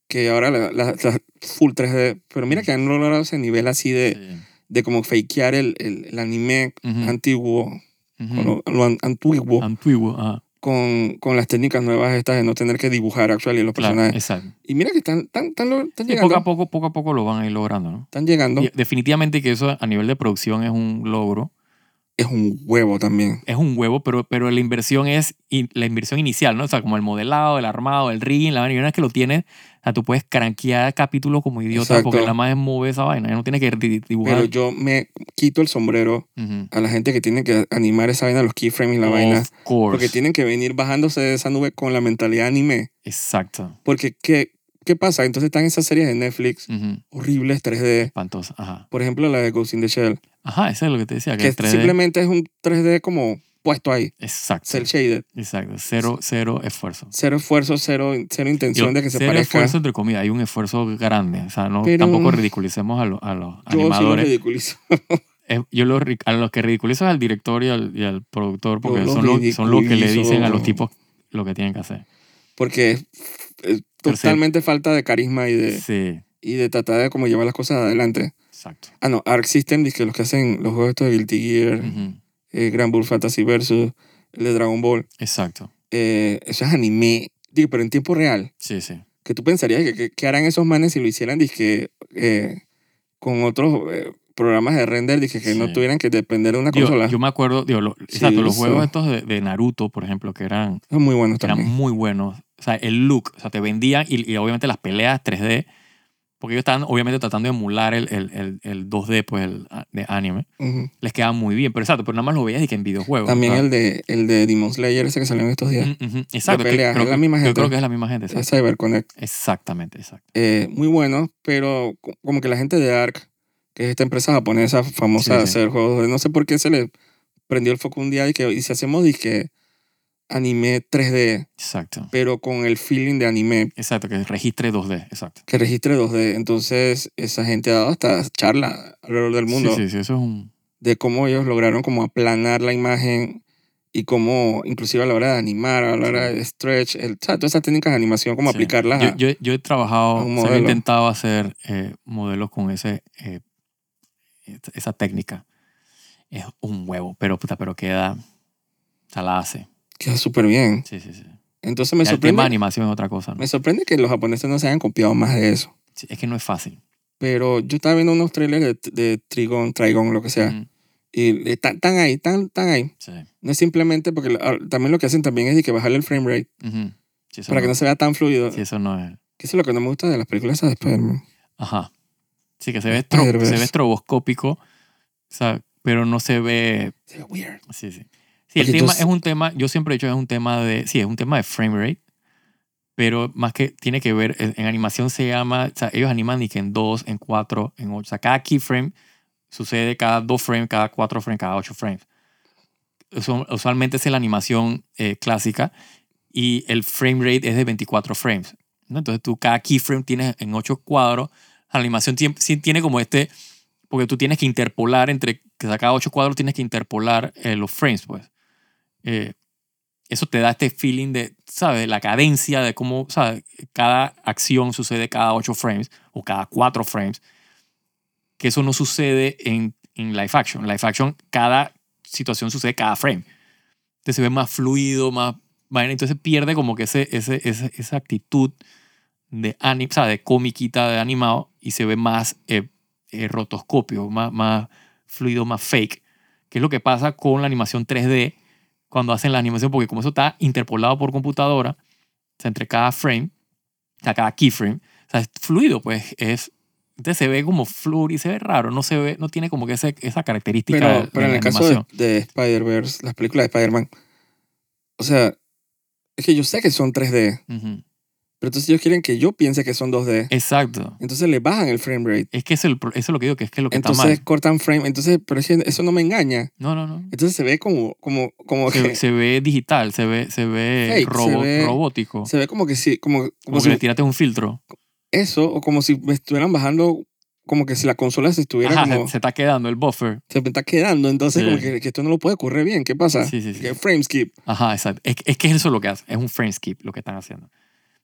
Speaker 1: que ahora la, la- la- full 3D. Pero mira que han logrado ese nivel así de,
Speaker 2: Sí.
Speaker 1: de como fakear el, el, el anime
Speaker 2: Ujú,
Speaker 1: antiguo,
Speaker 2: ujú.
Speaker 1: o lo, lo an- antiguo,
Speaker 2: Antiguo. Ajá.
Speaker 1: con, con las técnicas nuevas estas de no tener que dibujar actual y los
Speaker 2: Claro,
Speaker 1: personajes.
Speaker 2: exacto.
Speaker 1: Y mira que están, están, están, lo- están
Speaker 2: Y poco a
Speaker 1: llegando.
Speaker 2: poco, poco a poco lo van a ir logrando, ¿no?
Speaker 1: Están llegando.
Speaker 2: Y definitivamente que eso a nivel de producción es un logro.
Speaker 1: Es un huevo también.
Speaker 2: Es un huevo, pero, pero la inversión es in- la inversión inicial, ¿no? O sea, como el modelado, el armado, el rigging, la vaina. Y una vez que lo tienes, o sea, tú puedes cranquear capítulos como idiota
Speaker 1: Exacto.
Speaker 2: porque nada más es mover esa vaina. Ya no tienes que di-
Speaker 1: Pero
Speaker 2: dibujar.
Speaker 1: yo me quito el sombrero
Speaker 2: Ujú.
Speaker 1: a la gente que tiene que animar esa vaina, los keyframes y la vaina.
Speaker 2: Of course.
Speaker 1: Porque tienen que venir bajándose de esa nube con la mentalidad anime.
Speaker 2: Exacto.
Speaker 1: Porque, ¿qué, qué pasa? Entonces están esas series de Netflix
Speaker 2: Ujú.
Speaker 1: horribles 3D.
Speaker 2: Espantosa. Ajá.
Speaker 1: Por ejemplo, la de Ghost in the Shell.
Speaker 2: Ajá, eso es lo que te decía. Que
Speaker 1: Que
Speaker 2: el 3D.
Speaker 1: simplemente es un 3D como puesto ahí.
Speaker 2: Exacto.
Speaker 1: Cel shaded.
Speaker 2: Exacto. Cero, cero esfuerzo.
Speaker 1: Cero esfuerzo, cero, cero intención
Speaker 2: Yo-
Speaker 1: de que se
Speaker 2: cero
Speaker 1: parezca.
Speaker 2: esfuerzo entre comillas, hay un esfuerzo grande. O sea, no,
Speaker 1: Pero-
Speaker 2: tampoco ridiculicemos a, los- a los
Speaker 1: Yo sí lo
Speaker 2: animadores.
Speaker 1: ridiculizo.
Speaker 2: Eh, yo lo ri- a los que ridiculizo es al director y al, y al productor porque
Speaker 1: Yo lo
Speaker 2: son, los- son los que le
Speaker 1: ridiculizo.
Speaker 2: dicen a los tipos lo que tienen que hacer.
Speaker 1: Porque es, es totalmente falta de carisma y de,
Speaker 2: Sí,
Speaker 1: y de tratar de como llevar las cosas adelante.
Speaker 2: exacto.
Speaker 1: Ah, no, Arc System, que los que hacen los juegos estos de Guilty Gear,
Speaker 2: Ujú,
Speaker 1: eh, Grand Blue Fantasy Versus, el de Dragon Ball.
Speaker 2: Exacto.
Speaker 1: eh, eso es anime, digo, pero en tiempo real.
Speaker 2: Sí, sí.
Speaker 1: Que tú pensarías que, que- que harán esos manes si lo hicieran dizque, eh, con otros eh, programas de render dizque, que no
Speaker 2: Sí.
Speaker 1: tuvieran que depender de una
Speaker 2: Digo,
Speaker 1: consola.
Speaker 2: yo me acuerdo, digo, lo-
Speaker 1: Sí,
Speaker 2: exacto, los
Speaker 1: eso.
Speaker 2: juegos estos de, de Naruto, por ejemplo, que eran,
Speaker 1: Son muy buenos
Speaker 2: que eran
Speaker 1: también.
Speaker 2: muy buenos. O sea, el look, o sea, te vendían y, y obviamente las peleas 3D, porque ellos estaban obviamente tratando de emular el, el, el, el 2D, pues, el, a- de anime.
Speaker 1: Ujú.
Speaker 2: les quedaba muy bien. Pero exacto, pero nada más lo veías y que en videojuegos.
Speaker 1: También
Speaker 2: o sea.
Speaker 1: el de, el de Demon Slayer, ese que salió en estos días.
Speaker 2: Mm, ujú, Exacto, que
Speaker 1: pelea,
Speaker 2: creo
Speaker 1: es la
Speaker 2: que-
Speaker 1: misma
Speaker 2: Yo
Speaker 1: gente.
Speaker 2: creo que es la misma gente.
Speaker 1: Es
Speaker 2: exacto.
Speaker 1: CyberConnect.
Speaker 2: Exactamente, exacto.
Speaker 1: Eh, muy bueno, pero co- como que la gente de ARC, que es esta empresa japonesa famosa
Speaker 2: Sí,
Speaker 1: de
Speaker 2: sí.
Speaker 1: hacer juegos, de- no sé por qué se le prendió el foco un día y que y si hacemos dizque, anime 3D,
Speaker 2: Exacto.
Speaker 1: pero con el feeling de anime
Speaker 2: Exacto, que registre 2D, exacto.
Speaker 1: que registre 2D. Entonces, esa gente ha dado hasta charla alrededor del mundo
Speaker 2: Sí, sí, sí, eso es un...
Speaker 1: de cómo ellos lograron como aplanar la imagen y cómo, inclusive a la hora de animar, a la hora
Speaker 2: Sí.
Speaker 1: de stretch, el, o sea, todas esas técnicas de animación, cómo
Speaker 2: sí.
Speaker 1: aplicarlas. a-
Speaker 2: Yo, yo, yo he trabajado,
Speaker 1: a un
Speaker 2: o sea, yo
Speaker 1: modelo.
Speaker 2: he intentado hacer eh, modelos con ese, eh, esa técnica. Es un huevo, pero puta, pero queda... O sea, la hace.
Speaker 1: queda súper bien.
Speaker 2: Sí, sí, sí.
Speaker 1: Entonces me
Speaker 2: Ya el
Speaker 1: sorprende,
Speaker 2: tema de animación es otra cosa. ¿no?
Speaker 1: me sorprende que los japoneses no se hayan copiado más de eso.
Speaker 2: Sí, es que no es fácil.
Speaker 1: Pero yo estaba viendo unos trailers de, de Trigon, Trigon, lo que sea.
Speaker 2: Ujú,
Speaker 1: Y están tan ahí, tan, tan ahí.
Speaker 2: Sí.
Speaker 1: No es simplemente porque ah, también lo que hacen también es de que bajarle el frame rate
Speaker 2: Ujú. Sí, eso
Speaker 1: para que no se vea tan fluido.
Speaker 2: sí, eso no es...
Speaker 1: Que eso es lo que no me gusta de las películas esas de Spider-Man.
Speaker 2: Ajá. Sí, que se ve, estro-
Speaker 1: Spider-Verse.
Speaker 2: se ve estroboscópico, o sea, pero no se ve...
Speaker 1: Se ve weird.
Speaker 2: Sí, sí. Sí, el
Speaker 1: Oye,
Speaker 2: tema
Speaker 1: entonces-
Speaker 2: es un tema, yo siempre he dicho, es un tema de... Sí, es un tema de frame rate, pero más que tiene que ver, en en animación se llama, o sea, ellos animan y que en 2, en 4, en 8, o sea, cada keyframe sucede cada 2 frames, cada 4 frames, cada 8 frames. Usu- Usualmente es la animación eh, clásica y el frame rate es de 24 frames. ¿no? Entonces tú cada keyframe tienes en 8 cuadros. La animación tiem- sí tiene como este, porque tú tienes que interpolar entre, que sea, cada 8 cuadros tienes que interpolar eh, los frames, pues. Eh, eso te da este feeling de, ¿sabes? La cadencia de cómo, ¿sabes? Cada acción sucede cada 8 frames o cada 4 frames. Que eso no sucede en, en live action. En live action, cada situación sucede cada frame. Entonces se ve más fluido, más, vaina, entonces pierde como que ese, ese, esa, esa actitud de anime, o sea, de comiquita, de animado, y se ve más eh, eh, rotoscopio, más, más fluido, más fake, que es lo que pasa con la animación 3D cuando hacen la animación, porque como eso está interpolado por computadora, o sea, entre cada frame, o sea, cada keyframe, o sea, es fluido, pues es... Entonces se ve como flur y se ve raro, no se ve, no tiene como que ese- esa característica de,
Speaker 1: Pero,
Speaker 2: de
Speaker 1: pero en
Speaker 2: la
Speaker 1: el caso de,
Speaker 2: animación.
Speaker 1: de Spider-Verse, las películas de Spider-Man, o sea, es que yo sé que son 3D,
Speaker 2: Ujú.
Speaker 1: Pero entonces ellos quieren que yo piense que son 2D.
Speaker 2: Exacto.
Speaker 1: Entonces le bajan el frame rate.
Speaker 2: Es que es el pro- eso es lo que digo, que es que es lo que
Speaker 1: Entonces
Speaker 2: está mal.
Speaker 1: cortan frame. Entonces, pero es que eso no me engaña.
Speaker 2: No, no, no.
Speaker 1: Entonces se ve como, como, como
Speaker 2: Se,
Speaker 1: que. Se,
Speaker 2: se ve digital, se ve, se ve,
Speaker 1: Fake, se
Speaker 2: robo-
Speaker 1: ve-
Speaker 2: robótico.
Speaker 1: ve como que sí, como, como
Speaker 2: como
Speaker 1: si
Speaker 2: que le tiraste un filtro.
Speaker 1: eso, o como si me estuvieran bajando, como que si la consola se estuviera
Speaker 2: Ajá,
Speaker 1: como.
Speaker 2: se, se está quedando el buffer.
Speaker 1: Se me está quedando. Entonces,
Speaker 2: Sí.
Speaker 1: como que, que esto no lo puede correr bien. ¿Qué pasa?
Speaker 2: Sí, sí, sí.
Speaker 1: Que frame skip.
Speaker 2: Ajá, exacto. Es, es que eso es lo que hace. Es un frame skip lo que están haciendo.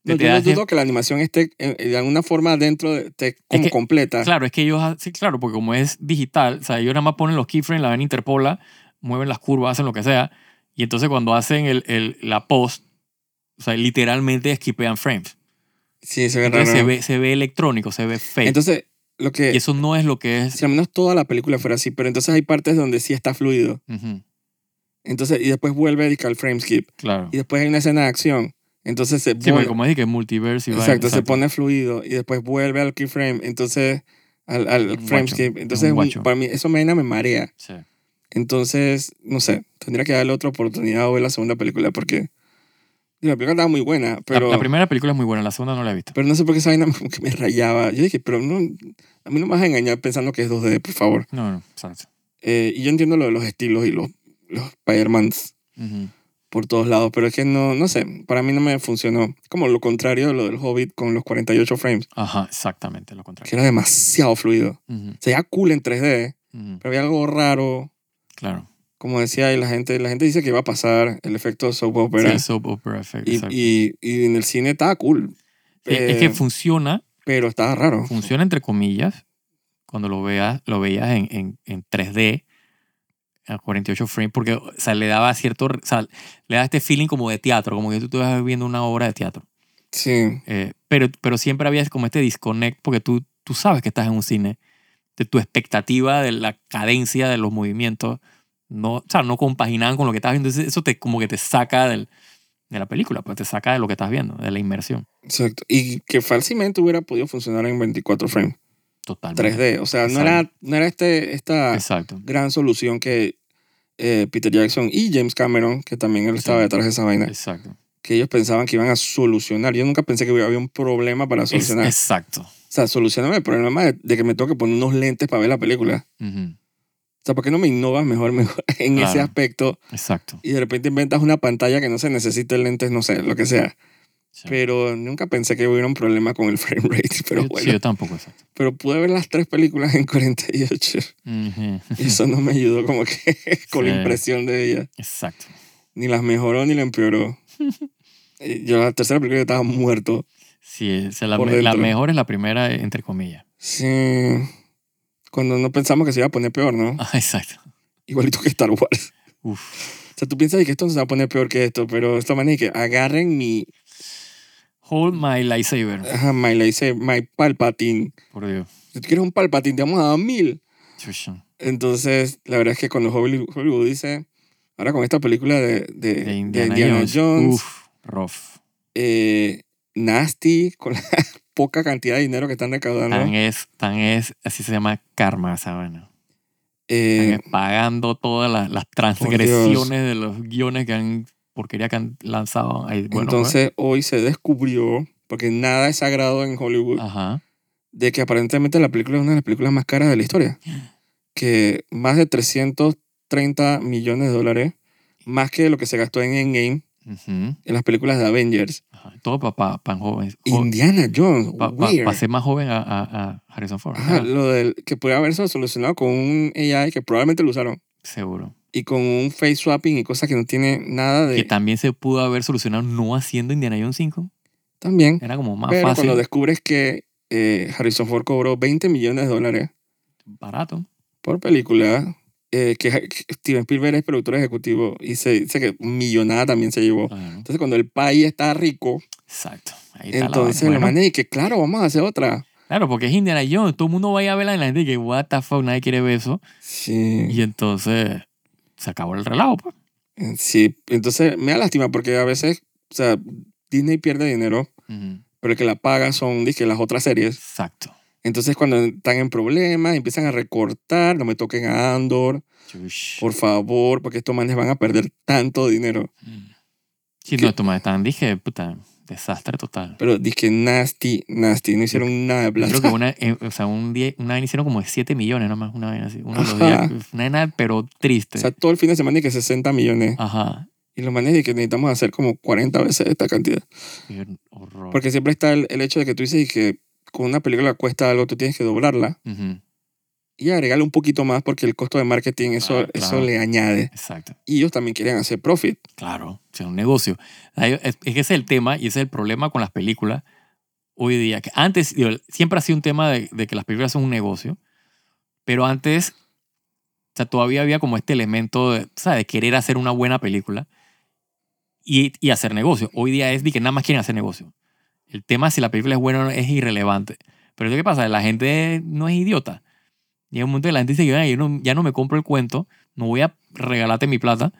Speaker 1: No,
Speaker 2: Te- te
Speaker 1: yo no
Speaker 2: hace-
Speaker 1: dudo que la animación esté eh, de alguna forma dentro, de, esté como
Speaker 2: que-
Speaker 1: completa.
Speaker 2: Claro, es que ellos, ha- sí, claro, porque como es digital, o sea, ellos nada más ponen los keyframes, la ven interpola, mueven las curvas, hacen lo que sea, y entonces cuando hacen el, el- la post, o sea, literalmente skipean frames.
Speaker 1: Sí, se ve raro.
Speaker 2: Entonces se ve, se ve electrónico, se ve fake.
Speaker 1: Entonces, lo
Speaker 2: y
Speaker 1: que.
Speaker 2: eso no es lo que es.
Speaker 1: Si al menos toda la película fuera así, pero entonces hay partes donde sí está fluido.
Speaker 2: Ujú,
Speaker 1: Entonces, y después vuelve a al frame skip.
Speaker 2: claro.
Speaker 1: Y después hay una escena de acción. Entonces se
Speaker 2: Sí,
Speaker 1: pone-
Speaker 2: porque como dije, es multiverso y vaina,
Speaker 1: exacto, se pone fluido y después vuelve al keyframe. Entonces, al, al
Speaker 2: Un
Speaker 1: frame
Speaker 2: guacho,
Speaker 1: skip.
Speaker 2: es
Speaker 1: Entonces,
Speaker 2: un
Speaker 1: un-
Speaker 2: guacho.
Speaker 1: para mí, eso me, me marea.
Speaker 2: Sí.
Speaker 1: Entonces, no sé, tendría que darle otra oportunidad o ver la segunda película porque la película estaba muy buena,
Speaker 2: La-
Speaker 1: pero,
Speaker 2: la, primera película es muy buena, la segunda no la he visto.
Speaker 1: pero no sé por qué esa vaina como que me rayaba. Yo dije, pero no, a mí no me vas a engañar pensando que es 2D, por favor.
Speaker 2: No, no, exacto.
Speaker 1: Eh, y yo entiendo lo de los estilos y los, los Spider-Mans
Speaker 2: Ujú.
Speaker 1: por todos lados, pero es que no, no sé, para mí no me funcionó. Como lo contrario de lo del Hobbit con los 48 frames,
Speaker 2: Ajá, exactamente, lo contrario.
Speaker 1: que era demasiado fluido.
Speaker 2: Ujú,
Speaker 1: Se veía cool en 3D,
Speaker 2: ujú,
Speaker 1: pero había algo raro.
Speaker 2: Claro.
Speaker 1: Como decía, y la gente, la gente dice que iba a pasar el efecto soap
Speaker 2: Sí,
Speaker 1: opera.
Speaker 2: el soap opera effect,
Speaker 1: y,
Speaker 2: exacto.
Speaker 1: y, y en el cine estaba cool.
Speaker 2: Sí, es
Speaker 1: Eh,
Speaker 2: que funciona
Speaker 1: pero estaba raro.
Speaker 2: funciona entre comillas cuando lo veas lo veías en, en, en 3D a 48 frames porque o sea, le daba cierto o sea, le da este feeling como de teatro como que tú estás viendo una obra de teatro
Speaker 1: Sí,
Speaker 2: Eh, pero pero siempre había como este disconnect porque tú tú sabes que estás en un cine de tu expectativa de la cadencia de los movimientos no o sea no compaginaban con lo que estás viendo Entonces, eso te como que te saca del de la película pues te saca de lo que estás viendo de la inmersión
Speaker 1: exacto. Y que fácilmente hubiera podido funcionar en 24 frames.
Speaker 2: totalmente
Speaker 1: 3D. O sea, no era, no era este, esta
Speaker 2: exacto
Speaker 1: gran solución que eh, Peter Jackson y James Cameron, que también él
Speaker 2: Sí.
Speaker 1: estaba detrás de esa vaina,
Speaker 2: exacto
Speaker 1: que ellos pensaban que iban a solucionar. Yo nunca pensé que había un problema para
Speaker 2: Es-
Speaker 1: solucionar.
Speaker 2: exacto.
Speaker 1: O sea, solucioname el problema de, de que me tengo que poner unos lentes para ver la película.
Speaker 2: Ujú,
Speaker 1: O sea, ¿por qué no me innovas mejor, mejor en ese
Speaker 2: Claro.
Speaker 1: aspecto
Speaker 2: Exacto.
Speaker 1: y de repente inventas una pantalla que no se necesite lentes, no sé, lo que sea?
Speaker 2: Sí.
Speaker 1: pero nunca pensé que hubiera un problema con el frame rate. Pero
Speaker 2: yo, sí,
Speaker 1: bueno,
Speaker 2: yo tampoco, exacto.
Speaker 1: pero pude ver las tres películas en 48
Speaker 2: Ujú,
Speaker 1: y eso no me ayudó como que con
Speaker 2: Sí.
Speaker 1: la impresión de ella.
Speaker 2: Exacto.
Speaker 1: Ni las mejoró ni la empeoró. Y Yo la tercera película yo estaba muerto.
Speaker 2: Sí, o sea, la,
Speaker 1: Por
Speaker 2: me- la
Speaker 1: dentro.
Speaker 2: mejor es la primera, eh, entre comillas.
Speaker 1: Sí. Cuando no pensamos que se iba a poner peor, ¿no?
Speaker 2: Ah, exacto.
Speaker 1: Igualito que Star Wars.
Speaker 2: Uf.
Speaker 1: O sea, tú piensas "Ay, que esto se va a poner peor que esto, pero esta manera que agarren mi,
Speaker 2: Hold my lightsaber.
Speaker 1: ajá, my, lightsaber, my palpatín.
Speaker 2: Por Dios.
Speaker 1: Si tú quieres un palpatín, te vamos a dar mil. Eh,
Speaker 2: Chucha.
Speaker 1: Entonces, la verdad es que cuando Hollywood Hollywood dice, ahora con esta película de, de,
Speaker 2: De
Speaker 1: de
Speaker 2: Indiana, Jones.
Speaker 1: eh, Jones,
Speaker 2: Uf. Rough.
Speaker 1: eh, Nasty, con la poca cantidad de dinero que están recaudando,
Speaker 2: Tan es, tan es, así se llama karma, ¿saben? Están
Speaker 1: eh,
Speaker 2: es pagando todas las, las transgresiones de los guiones que han, porquería que han lanzado. Ahí, bueno, pues.
Speaker 1: entonces hoy se descubrió, porque nada es sagrado en Hollywood,
Speaker 2: Ajá.
Speaker 1: de que aparentemente la película es una de las películas más caras de la historia, que más de 330 millones de dólares, más que lo que se gastó en Endgame,
Speaker 2: Ujú.
Speaker 1: en las películas de Avengers.
Speaker 2: Ajá. Todo para pa, pa jóvenes. Jo-
Speaker 1: Indiana Jones,
Speaker 2: Para
Speaker 1: weird.
Speaker 2: ser más joven a, a- a Harrison Ford.
Speaker 1: Ajá,
Speaker 2: ¿verdad?
Speaker 1: lo del que podría haberse solucionado con un AI que probablemente lo usaron
Speaker 2: Seguro.
Speaker 1: y con un face swapping y cosas que no tiene nada de
Speaker 2: Que también se pudo haber solucionado no haciendo Indiana Jones 5.
Speaker 1: también.
Speaker 2: Era como más
Speaker 1: Pero
Speaker 2: fácil,
Speaker 1: cuando descubres que eh, Harrison Ford cobró 20 millones de dólares
Speaker 2: barato.
Speaker 1: por película, eh, que que Steven Spielberg es productor ejecutivo y se dice que millonada también se llevó.
Speaker 2: Claro.
Speaker 1: Entonces cuando el país está rico,
Speaker 2: Exacto. Ahí está
Speaker 1: entonces
Speaker 2: la
Speaker 1: lo
Speaker 2: vaina. Bueno,
Speaker 1: maneja y que claro, vamos a hacer otra.
Speaker 2: Claro, porque es Indiana Jones. Todo el mundo va a ir a verla en la gente que, what the fuck, nadie quiere ver eso.
Speaker 1: Sí,
Speaker 2: Y entonces se acabó el relajo. pues.
Speaker 1: Eh, sí. Entonces me da lástima porque a veces, o sea, Disney pierde dinero,
Speaker 2: Ujú.
Speaker 1: pero el que la paga son, dije, las otras series.
Speaker 2: Exacto.
Speaker 1: Entonces cuando están en problemas, empiezan a recortar, no me toquen a Andor,
Speaker 2: Chush.
Speaker 1: por favor, porque estos manes van a perder tanto dinero.
Speaker 2: Mm. Sí,
Speaker 1: ¿Qué?
Speaker 2: no, estos más están, dije, puta, Desastre total.
Speaker 1: Pero dije nasty, nasty. No hicieron nada de
Speaker 2: Yo
Speaker 1: plata.
Speaker 2: Creo que una, eh, o sea, un día, una vez hicieron como 7 millones nomás, una vez así. Uno de los
Speaker 1: Ajá.
Speaker 2: días, una vaina, pero
Speaker 1: O
Speaker 2: triste.
Speaker 1: sea, todo el fin de semana y que 60 millones.
Speaker 2: Ajá.
Speaker 1: Y los manes de que necesitamos hacer como 40 veces esta cantidad.
Speaker 2: Qué horror.
Speaker 1: Porque siempre está el, el hecho de que tú dices que con una película cuesta algo, tú tienes que doblarla
Speaker 2: Ujú,
Speaker 1: y agregarle un poquito más porque el costo de marketing, eso,
Speaker 2: Claro,
Speaker 1: eso
Speaker 2: Ah, claro.
Speaker 1: le añade.
Speaker 2: Exacto.
Speaker 1: Y ellos también quieren hacer profit.
Speaker 2: Claro, o sea, un negocio. Ahí- Es es que ese es el tema y ese es el problema con las películas hoy día. Que antes, digo, siempre ha sido un tema de, de que las películas son un negocio, pero antes, o sea, todavía había como este elemento de, ¿sabes? de querer hacer una buena película y, y hacer negocio. Hoy día es de que nada más quieren hacer negocio. El tema si la película es buena o no es irrelevante. Pero ¿qué pasa? La gente no es idiota. Llega un momento que la gente dice, "Ay, yo no- ya no me compro el cuento, no voy a regalarte mi plata.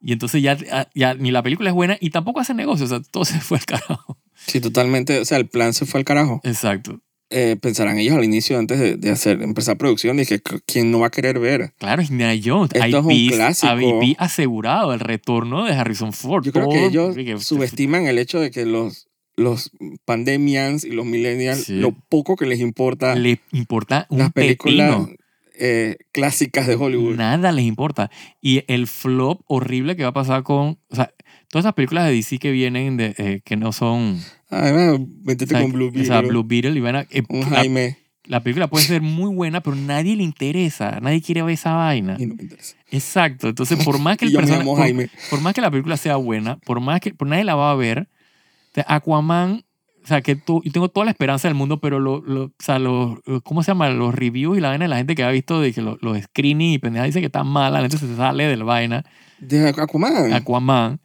Speaker 2: Y entonces ya, ah, ya ni la película es buena y tampoco hace negocio. O sea, todo se fue al carajo.
Speaker 1: Sí, totalmente. O sea, el plan se fue al carajo.
Speaker 2: Exacto.
Speaker 1: Eh, pensarán ellos al inicio, antes de, de hacer, empezar producción, dije, ¿quién no va a querer ver?
Speaker 2: Claro, Indiana Jones.
Speaker 1: Esto es un
Speaker 2: IPs,
Speaker 1: clásico.
Speaker 2: a- IP asegurado, el retorno de Harrison Ford.
Speaker 1: Yo creo que
Speaker 2: todo,
Speaker 1: ellos
Speaker 2: que-
Speaker 1: subestiman el hecho de que los, los pandemians y los millennials,
Speaker 2: Sí.
Speaker 1: lo poco que les importa
Speaker 2: Le importa un
Speaker 1: las películas
Speaker 2: pepino.
Speaker 1: eh, clásicas de Hollywood.
Speaker 2: Nada les importa. Y el flop horrible que va a pasar con... O sea, todas esas películas de DC que vienen de, eh, que no son...
Speaker 1: Además, Ah, métete
Speaker 2: o sea,
Speaker 1: con Blue
Speaker 2: O sea,
Speaker 1: Beetle,
Speaker 2: Blue Beetle y van a... eh,
Speaker 1: un
Speaker 2: la,
Speaker 1: Jaime.
Speaker 2: la película puede ser muy buena, pero nadie le interesa. Nadie quiere ver esa vaina.
Speaker 1: Y no me interesa.
Speaker 2: Exacto. Entonces, por más que
Speaker 1: Y
Speaker 2: el
Speaker 1: yo me
Speaker 2: persona-
Speaker 1: llamo
Speaker 2: por-
Speaker 1: Jaime.
Speaker 2: por más que la película sea buena, por más que por nadie la va a ver, o sea, Aquaman, o sea, que tú, yo tengo toda la esperanza del mundo, pero lo, lo- o sea, los, los- ¿cómo se llama? Los reviews y la vaina de la gente que ha visto de que los, los screenings y pendeja dice que está mala, la gente se sale del vaina,
Speaker 1: De Aquaman.
Speaker 2: Aquaman.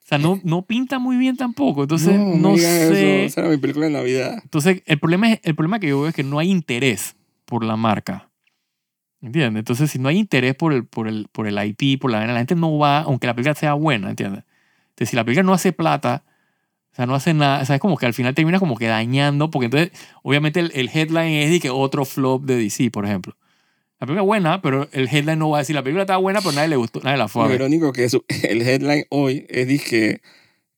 Speaker 2: O sea, no, no pinta muy bien tampoco, entonces no,
Speaker 1: me digas
Speaker 2: sé.
Speaker 1: Eso. Esa era mi película de Navidad.
Speaker 2: Entonces, el problema, es, el problema que yo veo es que no hay interés por la marca. ¿Entiendes? Entonces, si no hay interés por el, por el, por el IP, por la vaina, la gente no va, aunque la película sea buena, ¿entiendes? Entonces, si la película no hace plata, o sea, no hace nada, o sea, es como que al final termina como que dañando, porque entonces, obviamente, el, el headline es de que otro flop de DC, por ejemplo. La película es buena, pero el headline no va a decir, la película está buena, pero nadie le gustó, nadie la fue a
Speaker 1: Lo
Speaker 2: ver.
Speaker 1: irónico que eso- el headline hoy es dizque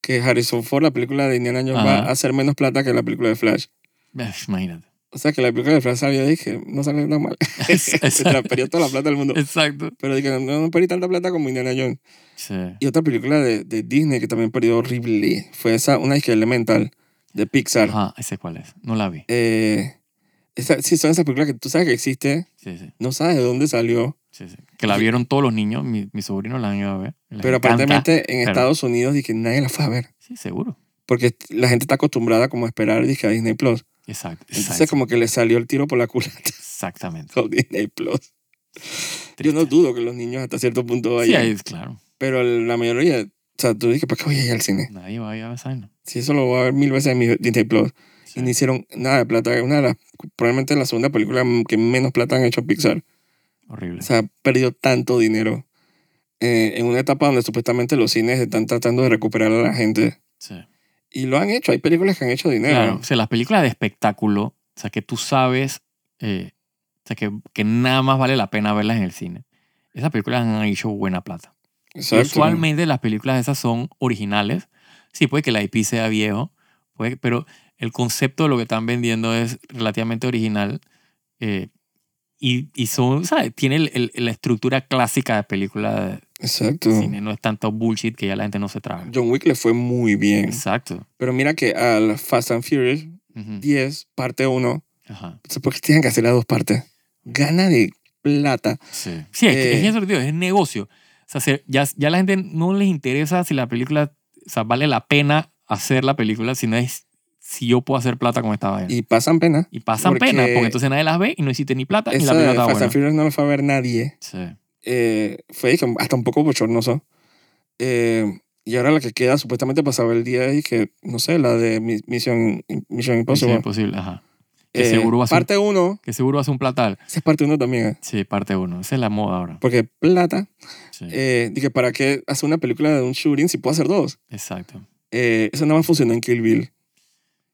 Speaker 1: que Harrison Ford, la película de Indiana Jones, va
Speaker 2: Ajá.
Speaker 1: a hacer menos plata que la película de Flash.
Speaker 2: Imagínate.
Speaker 1: O sea, que la película de Flash salió, dije, no sale nada mal. Se
Speaker 2: Exacto.
Speaker 1: transferió toda la plata del mundo.
Speaker 2: Exacto.
Speaker 1: Pero dije, no, no perdí tanta plata como Indiana Jones.
Speaker 2: Sí.
Speaker 1: Y otra película de, de Disney que también perdió horrible fue esa, una disque Elemental, de Pixar.
Speaker 2: Ajá, ese cuál es. No la vi.
Speaker 1: Eh, esa- sí, son esas películas que tú sabes que existe,
Speaker 2: Sí, sí.
Speaker 1: no sabes de dónde salió,
Speaker 2: Sí, sí. Que la vieron todos los niños, mi, mi sobrino la han ido a ver. Les
Speaker 1: pero
Speaker 2: encanta.
Speaker 1: aparentemente en
Speaker 2: pero-
Speaker 1: Estados Unidos dije nadie la fue a ver,
Speaker 2: Sí, seguro.
Speaker 1: porque la gente está acostumbrada como a esperar dizque, a Disney Plus.
Speaker 2: Exacto.
Speaker 1: Entonces
Speaker 2: exacto,
Speaker 1: como que le salió el tiro por la culata
Speaker 2: Exactamente.
Speaker 1: con Disney Plus. Yo
Speaker 2: Triste.
Speaker 1: no dudo que los niños hasta cierto punto
Speaker 2: Sí,
Speaker 1: vayan,
Speaker 2: ahí, claro.
Speaker 1: pero la mayoría, o sea, tú dije, ¿para qué voy a ir al cine?
Speaker 2: Nadie va a ir a ver esa vaina.
Speaker 1: Si eso lo voy a ver mil veces en mi Disney Plus.
Speaker 2: Sí.
Speaker 1: Y no hicieron nada de plata, una de las, probablemente la segunda película que menos plata han hecho Pixar.
Speaker 2: Horrible.
Speaker 1: O sea, perdió tanto dinero eh, en una etapa donde supuestamente los cines están tratando de recuperar a la gente.
Speaker 2: Sí.
Speaker 1: Y lo han hecho. Hay películas que han hecho dinero.
Speaker 2: Claro. O sea, las películas de espectáculo, o sea, que tú sabes, eh, o sea, que, que nada más vale la pena verlas en el cine. Esas películas han hecho buena plata.
Speaker 1: Exacto.
Speaker 2: Usualmente las películas esas son originales. Sí, puede que la IP sea viejo, puede, pero el concepto de lo que están vendiendo es relativamente original. eh, y, y son, ¿sabes? Tiene el- el- la estructura clásica de película
Speaker 1: Exacto.
Speaker 2: de cine. No es tanto bullshit que ya la gente no se traga.
Speaker 1: John Wick le fue muy bien.
Speaker 2: Exacto.
Speaker 1: Pero mira que al Fast and Furious
Speaker 2: Ujú.
Speaker 1: 10, parte 1,
Speaker 2: Ajá.
Speaker 1: ¿por qué tienen que hacer las dos partes? Gana de plata.
Speaker 2: Sí, sí es, que-
Speaker 1: Eh.
Speaker 2: es que eso lo digo, es negocio. O sea, se- ya, ya la gente no les interesa si la película, o sea, vale la pena hacer la película, sino es si yo puedo hacer plata con esta vaina.
Speaker 1: Y pasan pena.
Speaker 2: Y pasan
Speaker 1: Porque-
Speaker 2: pena, porque entonces nadie las ve y no existe ni plata ni la
Speaker 1: Esa de
Speaker 2: película está
Speaker 1: Fast
Speaker 2: buena.
Speaker 1: and Furious no lo fue a ver nadie.
Speaker 2: Sí,
Speaker 1: Eh, fue dije, hasta un poco bochornoso. Eh, y ahora la que queda supuestamente pasaba el día y que, no sé, la de Mi- Mission, Mission
Speaker 2: Misión
Speaker 1: Impossible.
Speaker 2: imposible, ajá. que
Speaker 1: Eh,
Speaker 2: seguro va a ser-
Speaker 1: parte 1,
Speaker 2: Que seguro hace un platal.
Speaker 1: esa es parte 1 también. eh,
Speaker 2: Sí, parte uno. Esa es la moda ahora.
Speaker 1: Porque plata,
Speaker 2: Sí,
Speaker 1: eh, dije, ¿para qué hacer una película de un shooting si puedo hacer dos?
Speaker 2: exacto.
Speaker 1: Eh, eso nada más funcionó en Kill Bill.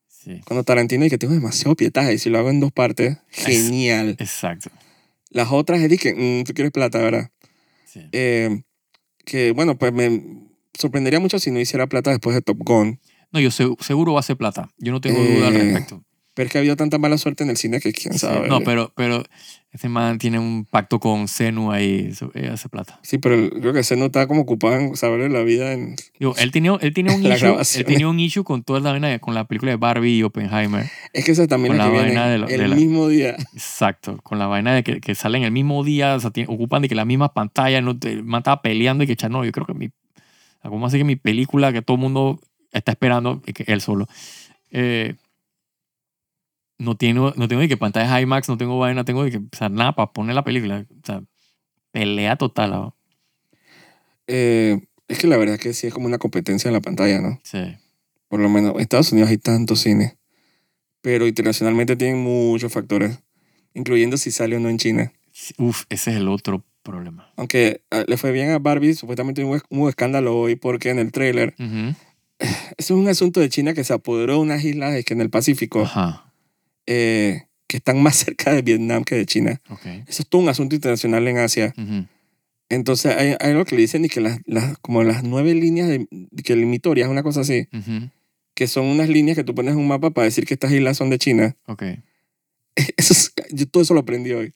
Speaker 2: Sí,
Speaker 1: Cuando Tarantino y que tengo demasiado pietaje y si lo hago en dos partes, genial.
Speaker 2: exacto.
Speaker 1: Las otras es dije, mm, tú quieres plata, ¿verdad?
Speaker 2: Sí.
Speaker 1: Eh, que bueno, pues me sorprendería mucho si no hiciera plata después de Top Gun.
Speaker 2: No, yo se- seguro va a ser plata. Yo no tengo duda al
Speaker 1: Eh,
Speaker 2: respecto.
Speaker 1: Pero es que ha habido tanta mala suerte en el cine que quién
Speaker 2: Sí,
Speaker 1: sabe.
Speaker 2: no, pero, pero ese man tiene un pacto con Senu ahí. Eso- eh, hace plata.
Speaker 1: Sí, pero el- creo que se nota como ocupado en saberle la vida en...
Speaker 2: Digo, él tenía, él tenía un
Speaker 1: La
Speaker 2: issue, él
Speaker 1: grabación.
Speaker 2: tenía un issue con toda la vaina de- con la película de Barbie y Oppenheimer.
Speaker 1: Es que esa es también
Speaker 2: Con
Speaker 1: la,
Speaker 2: la
Speaker 1: que
Speaker 2: vaina
Speaker 1: viene
Speaker 2: de la-
Speaker 1: el
Speaker 2: de la-
Speaker 1: mismo día.
Speaker 2: Exacto, con la vaina de que, que salen el mismo día, o sea, tiene- ocupan de que la misma pantalla, no te man estaba peleando y que "Cha, no, yo creo que mi, ¿cómo así que mi película que todo el mundo está esperando, y que él solo, eh, no tengo, no tengo de que pantallas IMAX, no tengo vaina, tengo de que, o sea, nada para poner la película, o sea, pelea total, ¿no?
Speaker 1: Eh, es que la verdad que sí es como una competencia en la pantalla, ¿no?
Speaker 2: sí,
Speaker 1: Por lo menos en Estados Unidos hay tantos cines. Pero internacionalmente tienen muchos factores, incluyendo si sale o no en China.
Speaker 2: uf, ese es el otro problema.
Speaker 1: Aunque ah, le fue bien a Barbie, supuestamente hubo, hubo escándalo hoy porque en el tráiler
Speaker 2: Ujú.
Speaker 1: Eso es un asunto de China que se apoderó de unas islas es que en el Pacífico
Speaker 2: Ajá,
Speaker 1: eh, que están más cerca de Vietnam que de China.
Speaker 2: ok.
Speaker 1: Eso es todo un asunto internacional en Asia.
Speaker 2: Ujú.
Speaker 1: Entonces hay, hay algo que le dicen y que las, las, como las nueve líneas de, que limitorias, una cosa así,
Speaker 2: Ujú.
Speaker 1: que son unas líneas que tú pones en un mapa para decir que estas islas son de China.
Speaker 2: Ok.
Speaker 1: Eso es- yo todo eso lo aprendí hoy.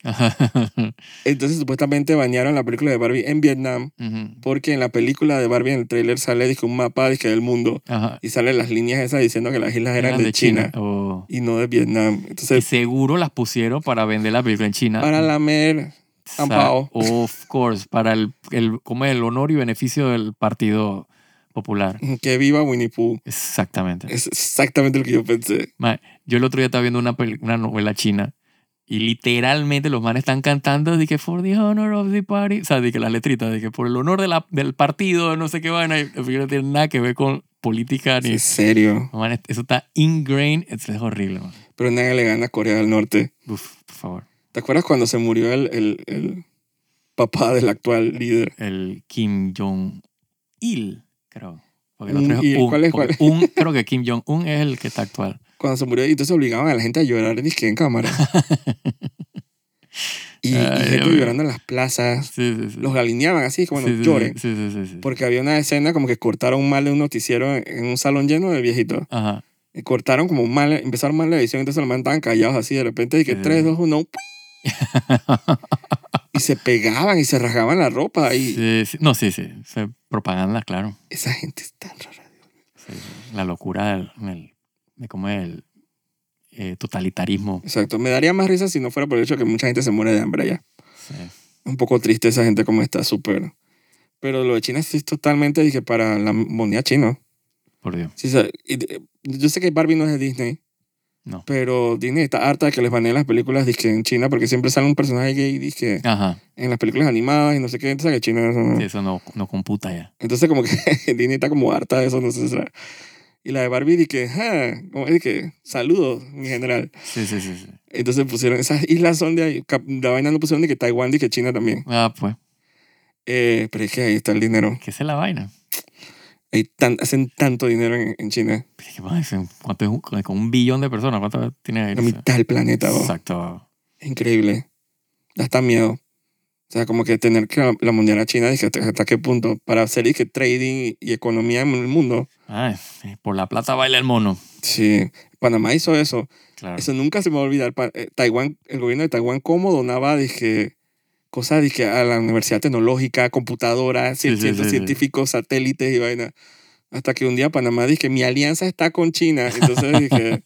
Speaker 1: Entonces supuestamente bañaron la película de Barbie en Vietnam
Speaker 2: Ujú.
Speaker 1: porque en la película de Barbie en el tráiler sale dizque, un mapa dizque, del mundo
Speaker 2: Ajá.
Speaker 1: y salen las líneas esas diciendo que las islas eran, de, China
Speaker 2: Oh.
Speaker 1: y no de Vietnam. Entonces
Speaker 2: Y seguro las pusieron para vender la película en China.
Speaker 1: Para la mer.
Speaker 2: Sa-
Speaker 1: Ampao.
Speaker 2: Of course, para el, el, como el honor y beneficio del Partido Popular.
Speaker 1: mm, Que viva Winnie Pooh.
Speaker 2: Exactamente.
Speaker 1: Es exactamente lo que yo pensé.
Speaker 2: Ma, Yo el otro día estaba viendo una, peli- una novela china y literalmente los manes están cantando de que for the honor of the party, o sea, de que las letritas, de que por el honor de la, del partido, no sé qué vaina, y al final no tiene nada que ver con política ni...
Speaker 1: En serio.
Speaker 2: Los manes- eso está ingrained, es es horrible, man.
Speaker 1: Pero nadie le gana a Corea del Norte.
Speaker 2: Uf, por favor.
Speaker 1: ¿Te acuerdas cuando se murió el, el, el papá del actual líder?
Speaker 2: el Kim Jong-il, creo. Porque el
Speaker 1: Un
Speaker 2: otro es
Speaker 1: il,
Speaker 2: un,
Speaker 1: Mm, ¿cuál es
Speaker 2: porque un- creo que Kim Jong-un es el que está actual.
Speaker 1: Cuando se murió, y entonces obligaban a la gente a llorar disque en cámara. y, y
Speaker 2: Ay, Dios
Speaker 1: gente
Speaker 2: mío.
Speaker 1: llorando en las plazas.
Speaker 2: Sí, sí, sí.
Speaker 1: Los alineaban así, como
Speaker 2: Sí, sí,
Speaker 1: bueno,
Speaker 2: sí,
Speaker 1: lloren.
Speaker 2: Sí, sí, sí. sí.
Speaker 1: Porque había una escena como que cortaron mal de un noticiero en, en un salón lleno de viejitos.
Speaker 2: Ajá.
Speaker 1: Y cortaron como mal, empezaron mal la edición, entonces los manes estaban callados así de repente, y que
Speaker 2: Sí, sí,
Speaker 1: 3,
Speaker 2: sí.
Speaker 1: 2, 1, y se pegaban y se rasgaban la ropa y
Speaker 2: Sí, sí. No, sí, sí. Fue propaganda, claro.
Speaker 1: esa gente es tan rara.
Speaker 2: Sí, sí. La locura del, del- de cómo es el eh, totalitarismo.
Speaker 1: Exacto, me daría más risa si no fuera por el hecho de que mucha gente se muere de hambre allá.
Speaker 2: Sí.
Speaker 1: Un poco triste esa gente como está, súper. Pero lo de China sí es totalmente, dije, para la moneda chino.
Speaker 2: Por Dios.
Speaker 1: Sí, sa- y de- yo sé que Barbie no es de Disney,
Speaker 2: No.
Speaker 1: pero Disney está harta de que les baneen las películas dije, en China porque siempre sale un personaje gay dije,
Speaker 2: Ajá.
Speaker 1: en las películas animadas y no sé qué, entonces que China eso no-
Speaker 2: Sí, eso no, no computa ya.
Speaker 1: Entonces como que Disney está como harta de eso, no sé. o sea. Y la de Barbie dije, ah, como dije, saludos, mi general.
Speaker 2: Sí, sí, sí. sí.
Speaker 1: Entonces pusieron, esas islas son de ahí, cap- la vaina no pusieron de que Taiwán, de que China también.
Speaker 2: Ah, pues.
Speaker 1: Eh, pero es que ahí está el dinero.
Speaker 2: ¿Qué es la vaina?
Speaker 1: Ahí tan- hacen tanto dinero en, en China.
Speaker 2: Pero, ¿Qué más? ¿Cuánto es un- con un billón de personas? ¿Cuánto tiene ahí?
Speaker 1: La mitad del planeta, oh.
Speaker 2: Exacto.
Speaker 1: Increíble. Da hasta miedo. O sea, como que tener que la, la mundial a China, dije, ¿hasta, hasta qué punto? Para hacer dije, trading y economía en el mundo.
Speaker 2: Ay, por la plata baila el mono.
Speaker 1: Sí. Panamá hizo eso.
Speaker 2: Claro.
Speaker 1: Eso nunca se me va a olvidar. Pa- eh, Taiwán, el gobierno de Taiwán, cómo donaba, dije, cosas, dije, a la universidad tecnológica, computadoras,
Speaker 2: Sí, sí,
Speaker 1: cientos
Speaker 2: sí, sí.
Speaker 1: científicos, satélites y vaina. Hasta que un día Panamá dije, mi alianza está con China. Entonces dije,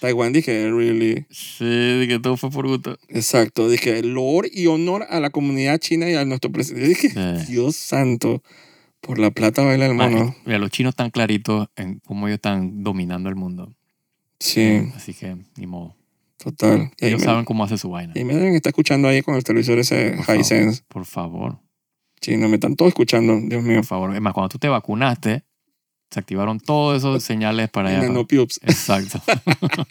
Speaker 1: Taiwán dije, really.
Speaker 2: Sí, de que todo fue por gusto.
Speaker 1: Exacto. Dije, honor y honor a la comunidad china y a nuestro presidente. Dije,
Speaker 2: Sí.
Speaker 1: Dios santo, por la plata baila el
Speaker 2: Ma,
Speaker 1: mono.
Speaker 2: mira, los chinos están claritos en cómo ellos están dominando el mundo.
Speaker 1: Sí, Eh,
Speaker 2: Así que, ni modo.
Speaker 1: total. Y ahí
Speaker 2: Ellos
Speaker 1: me,
Speaker 2: saben cómo hace su vaina.
Speaker 1: y me deben estar escuchando ahí con el televisor ese
Speaker 2: Por favor.
Speaker 1: Hisense.
Speaker 2: Por favor,
Speaker 1: Sí, no me están todos escuchando, Dios mío.
Speaker 2: por favor. Es más, cuando tú te vacunaste, se activaron todos esos señales para allá.
Speaker 1: Nanopubes.
Speaker 2: Exacto.
Speaker 1: Yo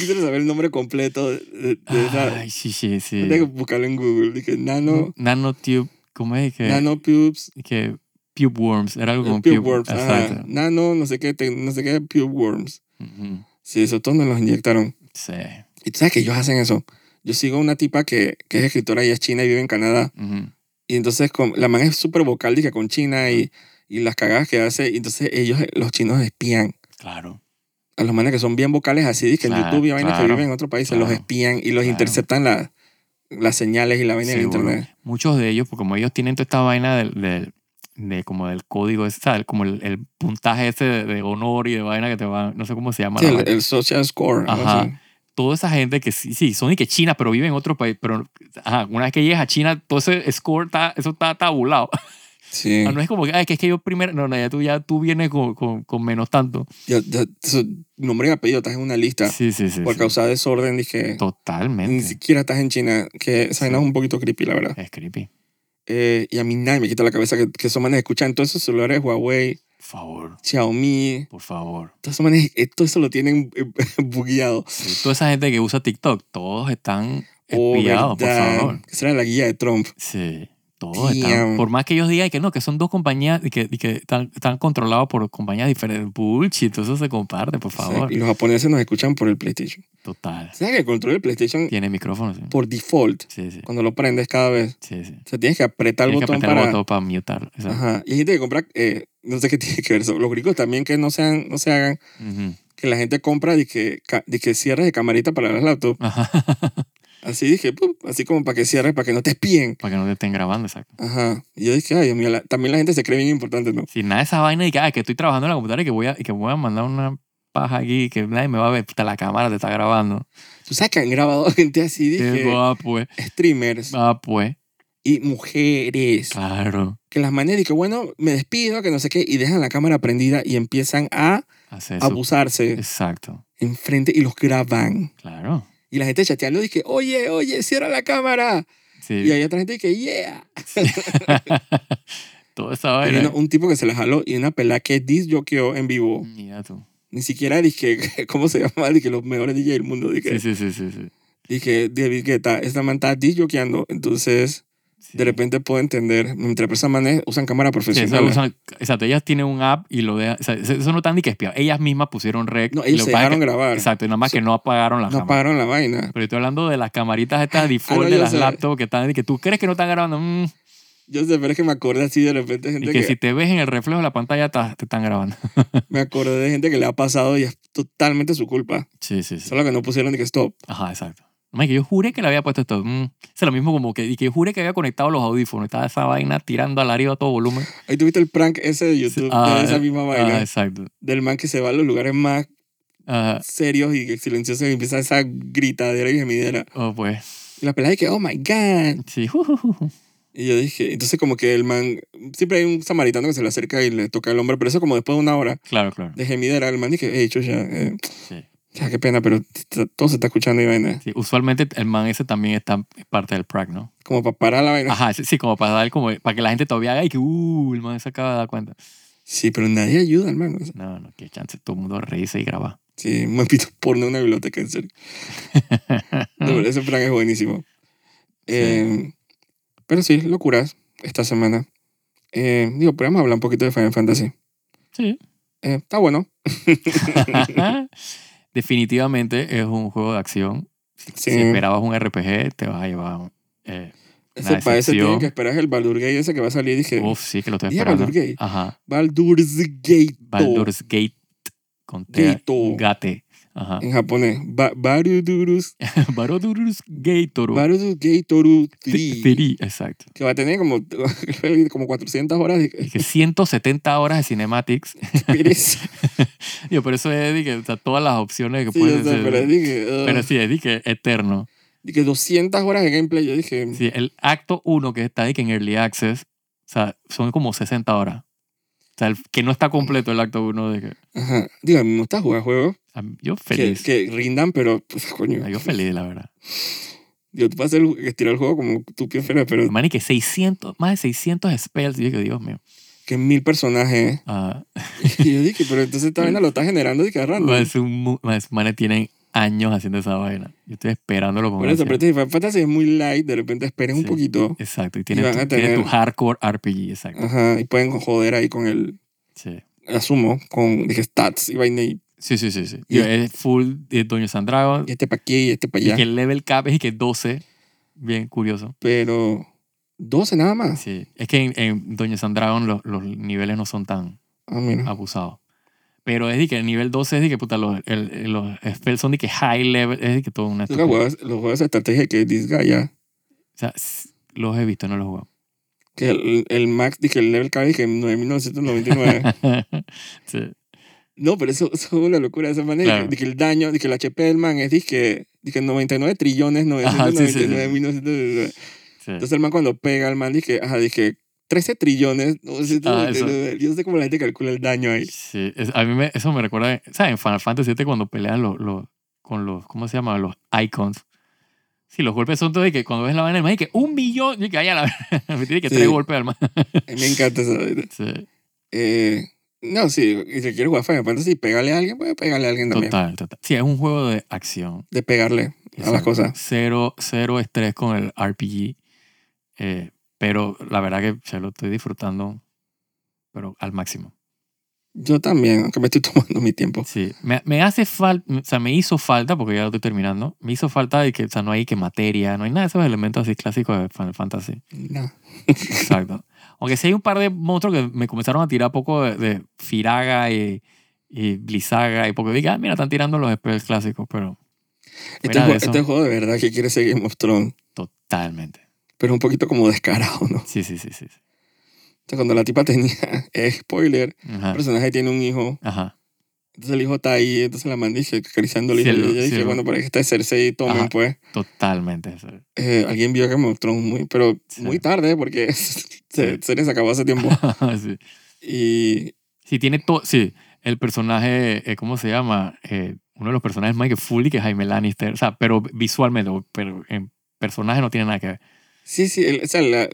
Speaker 1: quisiera saber el nombre completo de, de- de esa-
Speaker 2: Ay, sí, sí, sí.
Speaker 1: Tengo que buscarlo en Google. Dije, nano,
Speaker 2: Nanotube, ¿cómo es? Que,
Speaker 1: nanopubes,
Speaker 2: que pube worms. Era algo como
Speaker 1: Eh, pube worms. ajá.
Speaker 2: Exacto.
Speaker 1: Nano, no sé qué, te- no sé qué, pube worms.
Speaker 2: Ujú.
Speaker 1: Sí, eso todos nos los inyectaron.
Speaker 2: Sí.
Speaker 1: Y tú sabes que ellos hacen eso. Yo sigo a una tipa que, que es escritora y es china y vive en Canadá.
Speaker 2: Ujú.
Speaker 1: Y entonces con- la man es súper vocal, dije, con China y, y las cagadas que hace. Y entonces ellos, los chinos espían.
Speaker 2: Claro.
Speaker 1: A los manes que son bien vocales así, dizque en
Speaker 2: Claro,
Speaker 1: YouTube y vainas que
Speaker 2: claro,
Speaker 1: viven en otro país, se los
Speaker 2: claro.
Speaker 1: espían y los
Speaker 2: Claro.
Speaker 1: interceptan la- las señales y la vaina en
Speaker 2: Sí, boludo.
Speaker 1: internet.
Speaker 2: Muchos de ellos, porque como ellos tienen toda esta vaina del, del- de como del código, ese, ¿sabes? como el, el puntaje ese de, de honor y de vaina que te van, no sé cómo se llama.
Speaker 1: Sí, eh.
Speaker 2: la
Speaker 1: el,
Speaker 2: vaina.
Speaker 1: el social score. algo
Speaker 2: Ajá.
Speaker 1: así.
Speaker 2: Toda esa gente que sí, sí son y que China, pero viven en otro país. Pero ajá, una vez que llegas a China, todo ese score, está, eso está tabulado.
Speaker 1: Sí.
Speaker 2: Ah, No es como que, ay, que es que yo primero, no, no, ya tú, ya tú vienes con, con- con menos tanto.
Speaker 1: Ya- ya- su nombre y apellido estás en una lista
Speaker 2: Sí, sí, sí.
Speaker 1: por
Speaker 2: sí.
Speaker 1: causar desorden. Dije, ni
Speaker 2: Totalmente.
Speaker 1: siquiera estás en China, que esa vaina
Speaker 2: Sí.
Speaker 1: es un poquito creepy, la verdad.
Speaker 2: Es creepy.
Speaker 1: Eh, y a mí nadie me quita la cabeza que, que esos manes escuchan todos esos celulares Huawei,
Speaker 2: Por favor,
Speaker 1: Xiaomi,
Speaker 2: por favor.
Speaker 1: todos esos manes, eh, todo eso lo tienen eh, bugueado.
Speaker 2: Sí, toda esa gente que usa TikTok, todos están
Speaker 1: Oh,
Speaker 2: espiados, por
Speaker 1: verdad.
Speaker 2: favor.
Speaker 1: Esa era la guía de Trump.
Speaker 2: Sí, todos
Speaker 1: Damn.
Speaker 2: están. Por más que ellos digan que no, que son dos compañías y que, y que están, están controlados por compañías diferentes. Bullshit, eso se comparte, por favor.
Speaker 1: Y los japoneses nos escuchan por el PlayStation.
Speaker 2: Total.
Speaker 1: ¿Sabes que el control del PlayStation
Speaker 2: Tiene micrófono, sí.
Speaker 1: por default,
Speaker 2: Sí, sí.
Speaker 1: cuando lo prendes cada vez,
Speaker 2: sí, sí.
Speaker 1: o sea, tienes que apretar el
Speaker 2: Tienes que
Speaker 1: botón
Speaker 2: apretar
Speaker 1: para...
Speaker 2: el botón para mutarlo. exacto.
Speaker 1: Ajá. Y hay gente que compra, eh, no sé qué tiene que ver eso. Los gringos también que no, sean, no se hagan,
Speaker 2: Ujú.
Speaker 1: que la gente compra y que, ca- de que cierres de camarita para las laptops.
Speaker 2: Ajá.
Speaker 1: Así dije, pum, así como para que cierres, para que no te espíen.
Speaker 2: para que no te estén grabando, exacto.
Speaker 1: Ajá. Y yo dije, ay, Dios mío, la- también la gente se cree bien importante, ¿no?
Speaker 2: Si nada de esa vaina y que, ah, que estoy trabajando en la computadora y que voy a, y que voy a mandar una paja aquí y que nadie me va a ver, puta, la cámara te está grabando.
Speaker 1: Tú sabes que han grabado gente así,
Speaker 2: Qué
Speaker 1: dije,
Speaker 2: va, pues.
Speaker 1: streamers
Speaker 2: Ah, pues.
Speaker 1: y mujeres.
Speaker 2: Claro.
Speaker 1: que las manes dicen, bueno, me despido, que no sé qué, y dejan la cámara prendida y empiezan a
Speaker 2: Hacer
Speaker 1: Ah,
Speaker 2: eso.
Speaker 1: pues, abusarse
Speaker 2: Exacto.
Speaker 1: enfrente y los graban.
Speaker 2: Claro.
Speaker 1: Y la gente chateando dice, oye, oye, cierra la cámara.
Speaker 2: Sí.
Speaker 1: Y hay otra gente que, yeah.
Speaker 2: Toda esa
Speaker 1: Hay
Speaker 2: vaina.
Speaker 1: uno- un tipo que se la jaló y una pelada que disjoqueó en vivo.
Speaker 2: Mira tú.
Speaker 1: Ni siquiera dije, ¿cómo se llama? Dije, los mejores DJ del mundo. Dije,
Speaker 2: Sí, sí, sí, sí. sí.
Speaker 1: dije David Guetta, esta man está disjoqueando. Entonces,
Speaker 2: Sí.
Speaker 1: de repente puedo entender, mientras esas manes usan cámara
Speaker 2: Sí, eso
Speaker 1: profesional.
Speaker 2: usan- exacto, ellas tienen un app y lo dejan. o sea, eso no están ni que espiado. Ellas mismas pusieron rec.
Speaker 1: no,
Speaker 2: y lo
Speaker 1: ellos se
Speaker 2: que pasa es
Speaker 1: dejaron
Speaker 2: que-
Speaker 1: grabar.
Speaker 2: Exacto, y nada más
Speaker 1: So-
Speaker 2: que no apagaron la
Speaker 1: No
Speaker 2: cámara.
Speaker 1: pagaron la vaina.
Speaker 2: Pero estoy hablando de las camaritas estas default
Speaker 1: Ah, no,
Speaker 2: de
Speaker 1: yo
Speaker 2: las
Speaker 1: sé.
Speaker 2: laptops que están. y que tú crees que no están grabando. mm,
Speaker 1: Yo sé, pero es que me acordé así de repente de
Speaker 2: y
Speaker 1: gente
Speaker 2: que,
Speaker 1: que,
Speaker 2: si te ves en el reflejo de la pantalla, ta- te están grabando.
Speaker 1: me acordé de gente que le ha pasado y es totalmente su culpa.
Speaker 2: Sí, sí, sí.
Speaker 1: Solo que no pusieron de que stop.
Speaker 2: Ajá, exacto. No, es que yo juré que le había puesto esto. mm, es lo mismo como que, y que yo juré que había conectado los audífonos. y Estaba esa vaina tirando al arriba a todo volumen.
Speaker 1: Ahí tuviste el prank ese de YouTube
Speaker 2: Ah,
Speaker 1: de esa misma
Speaker 2: Ah,
Speaker 1: vaina
Speaker 2: exacto.
Speaker 1: del man que se va a los lugares más
Speaker 2: Ajá.
Speaker 1: serios y silenciosos y empieza esa gritadera y gemidera.
Speaker 2: Oh, pues.
Speaker 1: Y la pelada de que oh my god.
Speaker 2: Sí.
Speaker 1: Y yo dije, entonces como que el man siempre hay un samaritano que se le acerca y le toca el hombro, pero eso como después de una hora
Speaker 2: Claro, claro.
Speaker 1: de gemidera, el man dije, hey, chucha, eh,
Speaker 2: Sí.
Speaker 1: ya qué pena, pero t- t- todo se está escuchando y vaina,
Speaker 2: Sí, usualmente el man ese también está parte del prac, ¿no?
Speaker 1: como para parar la vaina.
Speaker 2: Ajá, sí, sí, como para dar como para que la gente todavía haga y que uh, el man se acaba de dar cuenta.
Speaker 1: Sí, pero nadie ayuda al man. o sea.
Speaker 2: No, no, qué chance, todo el mundo reírse y graba.
Speaker 1: Sí, un mapito porno en una biblioteca, en serio. No, pero ese plan es buenísimo. Eh, pero sí, locuras esta semana. Eh, digo, podríamos hablar un poquito de Final Fantasy.
Speaker 2: Mm, Sí.
Speaker 1: Eh, está bueno.
Speaker 2: Definitivamente es un juego de acción. Si,
Speaker 1: Sí.
Speaker 2: si esperabas un RPG, te vas a llevar
Speaker 1: Em,
Speaker 2: eh,
Speaker 1: Ese
Speaker 2: Una
Speaker 1: para ese
Speaker 2: decepción.
Speaker 1: tienen que esperar el Baldur Gate ese que va a salir. Dije,
Speaker 2: Uf, sí, que lo estoy
Speaker 1: Dije
Speaker 2: esperando.
Speaker 1: Baldur's Gate.
Speaker 2: Ajá.
Speaker 1: Baldur's Gate.
Speaker 2: Baldur's Gate con T.
Speaker 1: Gato.
Speaker 2: Gate. Ajá.
Speaker 1: En japonés. Ba Baldur's,
Speaker 2: Baldur's Gate.
Speaker 1: Baldur's Gate Toru 3.
Speaker 2: Exacto.
Speaker 1: Que va a tener como, como 400 horas de
Speaker 2: Y que 170 horas de cinematics.
Speaker 1: pereza.
Speaker 2: Yo por eso es de que, o sea, todas las opciones que
Speaker 1: Sí, yo
Speaker 2: puedes
Speaker 1: sé,
Speaker 2: hacer.
Speaker 1: pero ah. dije, ugh.
Speaker 2: Pero sí, es de que eterno.
Speaker 1: Dije, 200 horas de gameplay. Yo dije,
Speaker 2: Sí, el acto 1 que está de que en Early Access, o sea, son como 60 horas. O sea, el- que no está completo el acto 1 de que...
Speaker 1: Ajá. Digo, a mí me gusta jugar juegos
Speaker 2: a mí- Yo
Speaker 1: que,
Speaker 2: feliz.
Speaker 1: que rindan, pero pues, coño.
Speaker 2: Yo feliz, la verdad.
Speaker 1: Digo, tú puedes hacer, estirar el juego como tú prefieras, pero
Speaker 2: Man, y que 600, más de 600 spells. Yo digo, Dios mío.
Speaker 1: que mil personajes. ¿eh?
Speaker 2: Ah,
Speaker 1: Y yo dije, pero entonces esta vaina lo está generando y que random.
Speaker 2: es un mu- man, esos manes tienen años haciendo esa vaina. Yo estoy esperándolo como...
Speaker 1: Por eso, pero este Final Fantasy es muy light, de repente esperen un
Speaker 2: Sí.
Speaker 1: poquito.
Speaker 2: Exacto, y
Speaker 1: y
Speaker 2: tiene
Speaker 1: van a
Speaker 2: tu, tiene tu
Speaker 1: tener- Ah.
Speaker 2: hardcore RPG, exacto.
Speaker 1: Ajá, y pueden joder ahí con el,
Speaker 2: Sí.
Speaker 1: asumo, con dije, stats y vaina y,
Speaker 2: Sí, sí, sí, sí.
Speaker 1: Y-
Speaker 2: Yo, es full de Doño Sandrago.
Speaker 1: y este pa' aquí y este pa'
Speaker 2: Y
Speaker 1: allá.
Speaker 2: que el level cap es y que 12. Bien curioso.
Speaker 1: Pero 12 nada más.
Speaker 2: Sí. Es que en, en Doña Sandragon los, los niveles no son tan
Speaker 1: Ah, mira.
Speaker 2: abusados. Pero es de que el nivel 12 es de que puta, los, el- los spells son de que high level, es de que todo una
Speaker 1: Son las
Speaker 2: estupidez.
Speaker 1: huevas- los juegos de estrategia que Disgaea,
Speaker 2: O sea, s- los he visto, no los he jugado.
Speaker 1: que el, el max, dije, el level cap, dije, 9999.
Speaker 2: Sí.
Speaker 1: No, pero eso, eso es una locura de esa manera.
Speaker 2: Claro.
Speaker 1: De que el daño, de que el HP del man es dizque, dizque 99 trillones,
Speaker 2: Ajá, sí, sí, sí.
Speaker 1: 999 999.
Speaker 2: Sí.
Speaker 1: Entonces el man cuando pega al man, dije, ajá, dije 13 trillones.
Speaker 2: Ah,
Speaker 1: 999. Yo no sé cómo la gente calcula el daño ahí.
Speaker 2: Sí, es- a mí me- eso me recuerda, ¿sabes? En Final Fantasy VII cuando pelean los, los- con los, ¿cómo se llama? Los icons. Sí, los golpes son todos de que cuando ves la vaina, me que un billón, y que haya la me tiene que
Speaker 1: Sí.
Speaker 2: tres golpes al man.
Speaker 1: A mí Me encanta esa vaina.
Speaker 2: Sí,
Speaker 1: Eh, no, sí, y si quieres jugar Final Fantasy, pegarle a alguien, puede pegarle a alguien también.
Speaker 2: total, total. Sí, es un juego de acción.
Speaker 1: De pegarle a las
Speaker 2: Exacto.
Speaker 1: cosas.
Speaker 2: Cero, cero estrés con el RPG. eh, pero la verdad que se lo estoy disfrutando, pero al máximo.
Speaker 1: Yo también, aunque me estoy tomando mi tiempo.
Speaker 2: Sí, me, me hace falta, o sea, me hizo falta, porque ya lo estoy terminando, me hizo falta de que, o sea, no hay que materia, no hay nada de esos elementos así clásicos de Final Fantasy.
Speaker 1: No.
Speaker 2: Exacto. Aunque sí hay un par de monstruos que me comenzaron a tirar poco de, de Firaga y, y Blizzaga, y porque dije, ah, mira, están tirando los spells clásicos, pero
Speaker 1: Este,
Speaker 2: Fuera
Speaker 1: juego,
Speaker 2: de eso.
Speaker 1: este juego de verdad que quiere ser Game of Thrones,
Speaker 2: totalmente.
Speaker 1: pero un poquito como descarado, ¿no?
Speaker 2: Sí, sí, sí, sí. sí.
Speaker 1: O sea, cuando la tipa tenía, eh, spoiler,
Speaker 2: Ajá.
Speaker 1: el personaje tiene un hijo,
Speaker 2: Ajá.
Speaker 1: entonces el hijo está ahí, entonces la man dice, acariciando al
Speaker 2: Sí,
Speaker 1: hijo, y
Speaker 2: lo-
Speaker 1: ella
Speaker 2: sí,
Speaker 1: dice,
Speaker 2: lo-
Speaker 1: bueno, para que está Cersei, tomen
Speaker 2: Ajá.
Speaker 1: pues.
Speaker 2: Totalmente. sí.
Speaker 1: Eh, alguien vio que me mostró muy, pero
Speaker 2: Sí.
Speaker 1: muy tarde, porque se, se les acabó hace tiempo.
Speaker 2: sí.
Speaker 1: Y
Speaker 2: Sí, tiene todo. Sí, el personaje, eh, ¿cómo se llama? Eh, uno de los personajes más que Fully, que es Jaime Lannister. O sea, pero visualmente, o- pero en personaje no tiene nada que ver.
Speaker 1: sí, sí, el- o sea, la-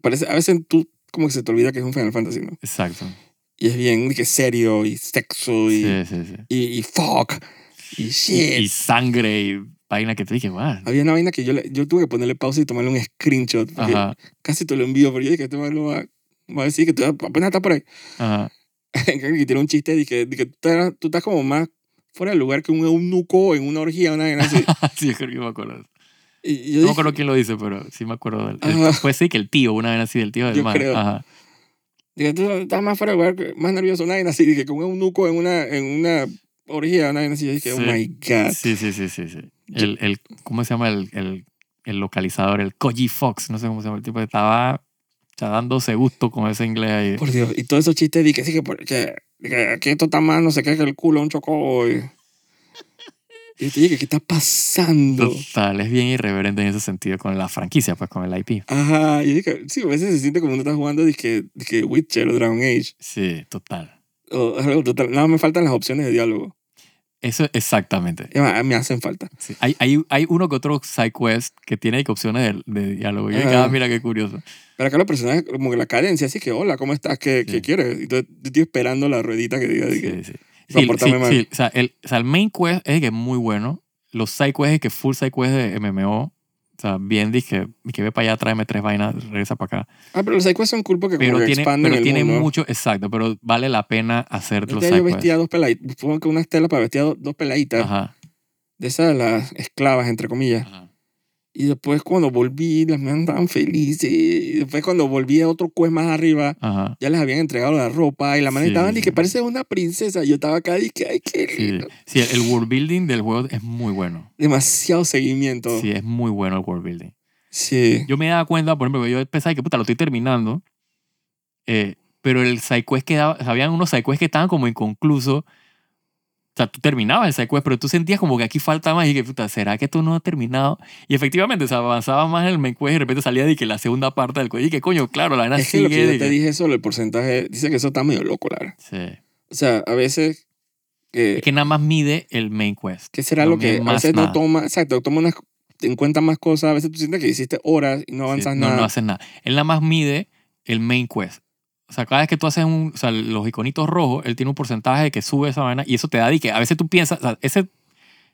Speaker 1: parece, a veces tú como que se te olvida que es un Final Fantasy, ¿no?
Speaker 2: Exacto.
Speaker 1: Y es bien que serio y sexo y,
Speaker 2: Sí, sí, sí.
Speaker 1: y, y fuck y shit.
Speaker 2: Y, y sangre y vaina que te dije, guau.
Speaker 1: Había una vaina que yo, le- yo tuve que ponerle pausa y tomarle un screenshot. porque
Speaker 2: Ajá,
Speaker 1: Casi te lo envío, pero yo dije, este man lo va, va a decir que tú apenas estás por ahí.
Speaker 2: ajá.
Speaker 1: que tiene un chiste de que, de que tú, estás, tú estás como más fuera de lugar que un eunuco en una orgía, una vaina así.
Speaker 2: sí, yo creo que me acuerdo.
Speaker 1: Y yo
Speaker 2: No me
Speaker 1: dije,
Speaker 2: acuerdo quién lo dice, pero sí me acuerdo del. el-
Speaker 1: Ajá.
Speaker 2: Puede ser que el tío, una vez así, del tío del
Speaker 1: Yo
Speaker 2: man.
Speaker 1: creo.
Speaker 2: Ajá.
Speaker 1: dije, tú estás más fuera de lugar, que- más nervioso, una vaina así. Dije, que un eunuco en una, en una orgía, una vaina así. Yo dije, oh
Speaker 2: Sí.
Speaker 1: my God.
Speaker 2: Sí, sí, sí, sí. sí.
Speaker 1: Yo-
Speaker 2: El, el, ¿Cómo se llama el, el, el localizador? El Koji Fox, no sé cómo se llama el tipo. Estaba o sea, dándose gusto con ese inglés ahí.
Speaker 1: Por Dios. Y todos esos chistes dije, sí, que, por- que, que aquí esto está más, no sé qué, que el culo, de un chocobo. Y, y yo te dije, ¿qué está pasando?
Speaker 2: Total, es bien irreverente en ese sentido con la franquicia, pues con el IP.
Speaker 1: Ajá, y dije, sí, a veces se siente como uno está jugando dizque, dizque Witcher o Dragon Age.
Speaker 2: Sí, total.
Speaker 1: O algo total. Nada más me faltan las opciones de diálogo.
Speaker 2: Eso exactamente.
Speaker 1: Y me me hacen falta.
Speaker 2: Sí. Hay, hay, hay uno que otro side quest que tiene opciones de, de diálogo. Yo dije,
Speaker 1: Ajá.
Speaker 2: ah, mira qué curioso.
Speaker 1: Pero acá los personajes, como que la cadencia, así que, hola, ¿cómo estás? ¿Qué,
Speaker 2: Sí.
Speaker 1: qué quieres? Y yo, yo estoy esperando la ruedita que diga,
Speaker 2: Sí,
Speaker 1: dizque,
Speaker 2: sí.
Speaker 1: para
Speaker 2: Sí,
Speaker 1: portarme
Speaker 2: sí,
Speaker 1: mal.
Speaker 2: sí. O, sea, el, o sea, el main quest es que es muy bueno. Los side quests es que full side quest de MMO. O sea, bien dije, que ve para allá, tráeme tres vainas, regresa para acá.
Speaker 1: Ah, pero los secuestros son cool porque
Speaker 2: Pero
Speaker 1: como que
Speaker 2: tiene,
Speaker 1: expanden
Speaker 2: pero
Speaker 1: el
Speaker 2: tiene
Speaker 1: mundo.
Speaker 2: mucho, exacto, pero vale la pena hacer
Speaker 1: Yo
Speaker 2: los
Speaker 1: te- yo
Speaker 2: side quests.
Speaker 1: vestía dos peladitas, supongo que unas telas para vestir a dos, dos peladitas,
Speaker 2: Ajá,
Speaker 1: de esas las esclavas, entre comillas.
Speaker 2: ajá.
Speaker 1: Y después cuando volví, las me andaban felices. Y después cuando volví a otro cues más arriba,
Speaker 2: Ajá.
Speaker 1: ya les habían entregado la ropa y la man
Speaker 2: Sí,
Speaker 1: estaba
Speaker 2: sí,
Speaker 1: y
Speaker 2: sí.
Speaker 1: que parece una princesa. Yo estaba acá y que, ay, qué
Speaker 2: Sí,
Speaker 1: lindo.
Speaker 2: sí, el world building del juego es muy bueno.
Speaker 1: Demasiado seguimiento.
Speaker 2: Sí,
Speaker 1: Sí.
Speaker 2: es muy bueno el world building. Yo me daba cuenta, por ejemplo, yo pensaba que puta, lo estoy terminando. eh, pero el side quest que daba, habían unos side quests que estaban como inconclusos. O sea, tú terminabas el side quest, pero tú sentías como que aquí falta más y que, puta, ¿será que tú no has terminado? Y efectivamente, o sea, avanzaba más en el main quest y de repente salía de que la segunda parte del quest. Y que, coño, claro, la vaina
Speaker 1: Es que
Speaker 2: sigue.
Speaker 1: lo que
Speaker 2: de
Speaker 1: yo te
Speaker 2: que-
Speaker 1: dije sobre el porcentaje, dice que eso está medio loco, la verdad.
Speaker 2: Sí.
Speaker 1: O sea, a veces, eh,
Speaker 2: Es que nada más mide el main quest.
Speaker 1: ¿qué será
Speaker 2: no
Speaker 1: lo que
Speaker 2: mide
Speaker 1: a
Speaker 2: más
Speaker 1: veces no
Speaker 2: nada.
Speaker 1: toma? Exacto, toma unas, en cuenta más cosas. A veces tú sientes que hiciste horas y no
Speaker 2: Sí,
Speaker 1: avanzas
Speaker 2: no,
Speaker 1: nada.
Speaker 2: no haces nada. Él nada más mide el main quest. O sea, cada vez que tú haces un, o sea, los iconitos rojos, él tiene un porcentaje de que sube esa vaina y eso te da de que a veces tú piensas, o sea, ese, o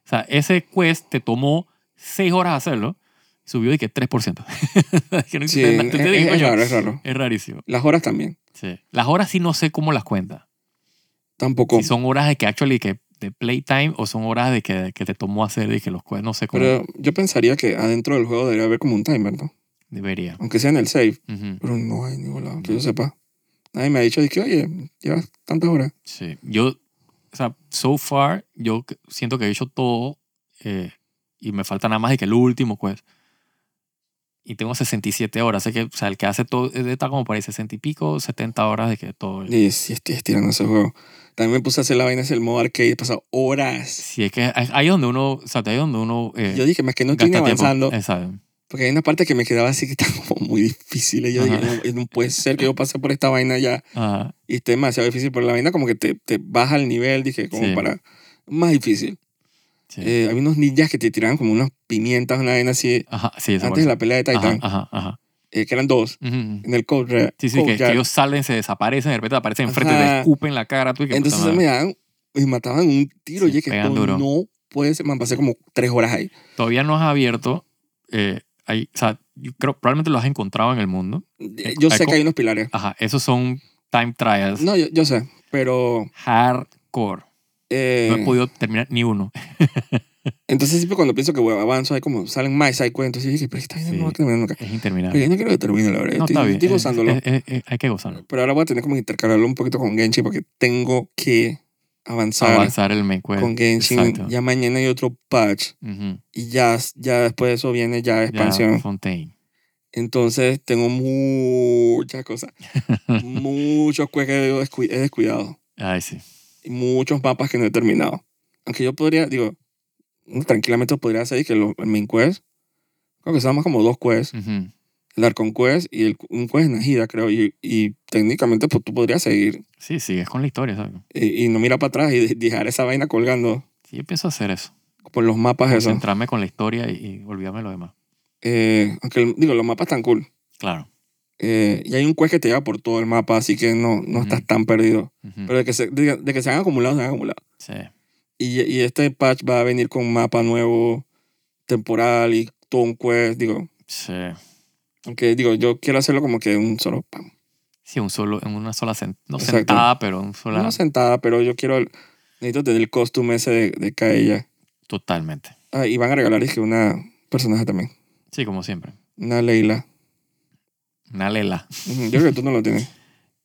Speaker 2: sea, ese quest te tomó 6 horas hacerlo, subió de que 3%. Que no
Speaker 1: sí,
Speaker 2: hiciste
Speaker 1: es,
Speaker 2: nada. Tú te dices,
Speaker 1: es- es
Speaker 2: "Coño,
Speaker 1: raro, es raro.
Speaker 2: es rarísimo.
Speaker 1: Las horas también.
Speaker 2: Sí. Las horas sí no sé cómo las cuenta.
Speaker 1: Tampoco.
Speaker 2: Si son horas de que actually que de playtime o son horas de que, que te tomó hacer de que los quests no sé cómo
Speaker 1: pero yo pensaría que adentro del juego debería haber como un timer, ¿no?
Speaker 2: debería.
Speaker 1: Aunque sea en el save.
Speaker 2: Ujú.
Speaker 1: Pero no hay ningún lado que
Speaker 2: No.
Speaker 1: yo sepa. Nadie me ha dicho, de que, oye, llevas tantas horas.
Speaker 2: Sí, yo o sea, so far, yo c- siento que he hecho todo eh, y me falta nada más de que el último, pues. Y tengo 67 horas. Sé que, o sea, el que hace todo eh, está como por ahí 60 y pico, 70 horas de que todo. el-
Speaker 1: Y sí, estoy estirando ese juego. También me puse a hacer la vaina, es el modo arcade, he pasado horas.
Speaker 2: Si es que hay- ahí donde uno, o sea, ahí donde uno. eh,
Speaker 1: Yo dije, más que no
Speaker 2: gasta
Speaker 1: estoy ni
Speaker 2: tiempo.
Speaker 1: avanzando.
Speaker 2: Exacto.
Speaker 1: Porque hay una parte que me quedaba así que está como muy difícil. Y yo dije,
Speaker 2: Ajá.
Speaker 1: no, no puede ser que yo pase por esta vaina ya
Speaker 2: Ajá.
Speaker 1: y esté demasiado difícil. Pero la vaina como que te, te baja el nivel, dije, como
Speaker 2: Sí.
Speaker 1: para... Más difícil.
Speaker 2: Sí.
Speaker 1: Eh, había unos ninjas que te tiraban como unas pimientas, una vaina así,
Speaker 2: ajá. Sí, esa
Speaker 1: antes de
Speaker 2: parte.
Speaker 1: la pelea de Titan,
Speaker 2: Ajá, ajá, ajá.
Speaker 1: eh, que eran dos,
Speaker 2: Ujú.
Speaker 1: en el Cold Ra-
Speaker 2: Sí, sí, que,
Speaker 1: Cold
Speaker 2: que
Speaker 1: Yard.
Speaker 2: ellos salen, se desaparecen, de repente aparecen enfrente, te
Speaker 1: oh, Ajá.
Speaker 2: escupen la cara. Tú, y que puta
Speaker 1: Entonces
Speaker 2: madre.
Speaker 1: me daban y mataban un tiro.
Speaker 2: Sí,
Speaker 1: Oye, que
Speaker 2: pegan
Speaker 1: esto
Speaker 2: duro.
Speaker 1: no puede ser. Man, pasé como tres horas ahí.
Speaker 2: Todavía no has abierto. eh, hay- o sea, yo creo probablemente lo has encontrado en el mundo.
Speaker 1: Eh, Yo sé
Speaker 2: Eco.
Speaker 1: que hay unos pilares.
Speaker 2: Ajá, esos son time trials
Speaker 1: No, yo, yo sé, pero...
Speaker 2: hardcore.
Speaker 1: eh,
Speaker 2: No he podido terminar ni uno.
Speaker 1: entonces siempre cuando pienso que bueno, avanzo, hay como salen más, hay cuentos. Y dije, pero esta vaina
Speaker 2: Sí.
Speaker 1: no va a terminar nunca.
Speaker 2: Es
Speaker 1: Pero
Speaker 2: interminable.
Speaker 1: yo no quiero que termine, la verdad.
Speaker 2: No,
Speaker 1: estoy,
Speaker 2: está bien. Eh,
Speaker 1: estoy
Speaker 2: es-
Speaker 1: gozándolo.
Speaker 2: es- es- es- hay que gozarlo.
Speaker 1: pero ahora voy a tener como que intercalarlo un poquito con Genshin porque tengo que avanzar
Speaker 2: Avanzar el main quest.
Speaker 1: con Genshin.
Speaker 2: pues, exacto.
Speaker 1: Ya mañana hay otro patch
Speaker 2: Ujú,
Speaker 1: y ya, ya después de eso viene ya
Speaker 2: ya,
Speaker 1: expansión.
Speaker 2: Fontaine.
Speaker 1: Entonces tengo muchas cosas. muchos juegos que yo descu- he descuidado.
Speaker 2: Ay, sí.
Speaker 1: Y muchos mapas que no he terminado. Aunque yo podría, digo, mm, tranquilamente podría hacer que lo, el main quest, creo que son más como dos quests.
Speaker 2: Ujú.
Speaker 1: El Arcon Quest y el, un quest en Najida, creo. Y, y técnicamente pues, tú podrías seguir eh,
Speaker 2: Sí, sí, es con la historia, ¿sabes?
Speaker 1: y, y no mirar para atrás y de- dejar esa vaina colgando
Speaker 2: Sí, yo pienso hacer eso.
Speaker 1: por los mapas esos.
Speaker 2: Concentrarme con la historia y, y olvidarme lo demás.
Speaker 1: Eh, aunque, el- digo, los mapas están cool.
Speaker 2: Claro.
Speaker 1: Eh, y hay un quest que te lleva por todo el mapa, así que no, no estás
Speaker 2: Ujú.
Speaker 1: tan perdido.
Speaker 2: Ujú.
Speaker 1: Pero de que, se, de, de que se han acumulado, se han acumulado.
Speaker 2: Sí.
Speaker 1: Y, y este patch va a venir con mapa nuevo, temporal y todo un quest, digo.
Speaker 2: Sí.
Speaker 1: Aunque digo, yo quiero hacerlo como que un solo pam.
Speaker 2: Sí, un solo, en una sola sen- no
Speaker 1: Exacto.
Speaker 2: sentada, pero un sola
Speaker 1: No sentada, pero yo quiero. el- necesito tener el costume ese de, de Kaella.
Speaker 2: totalmente.
Speaker 1: Ah, y van a regalar, dije, una personaje también.
Speaker 2: Sí, como siempre.
Speaker 1: Una Leila.
Speaker 2: Una lela.
Speaker 1: Ujú, Yo creo que tú no lo tienes.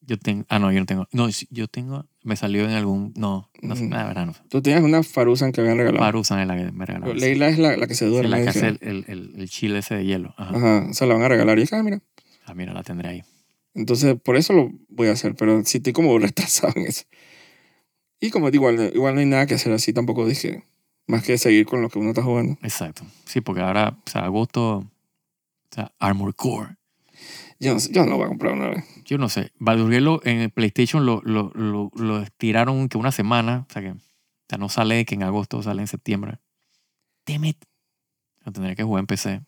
Speaker 2: Yo tengo, ah, no, yo no tengo. No, sí, yo tengo, me salió en algún, no, no sé,
Speaker 1: Ujú.
Speaker 2: nada, verdad, no.
Speaker 1: Tú tenías una Farusan que habían regalado.
Speaker 2: Parusan es la que
Speaker 1: Pero
Speaker 2: me regalaron. Sí,
Speaker 1: Leila es la, la que se duerme. Ah.
Speaker 2: la que
Speaker 1: dije.
Speaker 2: hace el, el, el- el chile ese de hielo. Ajá.
Speaker 1: Ajá, se la van a regalar. Y dije, ah, mira.
Speaker 2: Ah, mira, la tendré ahí.
Speaker 1: Entonces, por eso lo voy a hacer, pero sí estoy como retrasado en eso. Y como digo, igual, igual no hay nada que hacer así, tampoco dije, más que seguir con lo que uno está jugando.
Speaker 2: Exacto. Sí, porque ahora, o sea, agosto, o sea, Armor Core.
Speaker 1: Yo no, sé, yo no voy a comprar una vez.
Speaker 2: Yo no sé, Baldur's Gate lo- en el PlayStation lo, lo, lo, lo estiraron que una semana, o sea que o sea, no sale que en agosto, sale en septiembre. Damn it. Lo tendré que jugar en PC.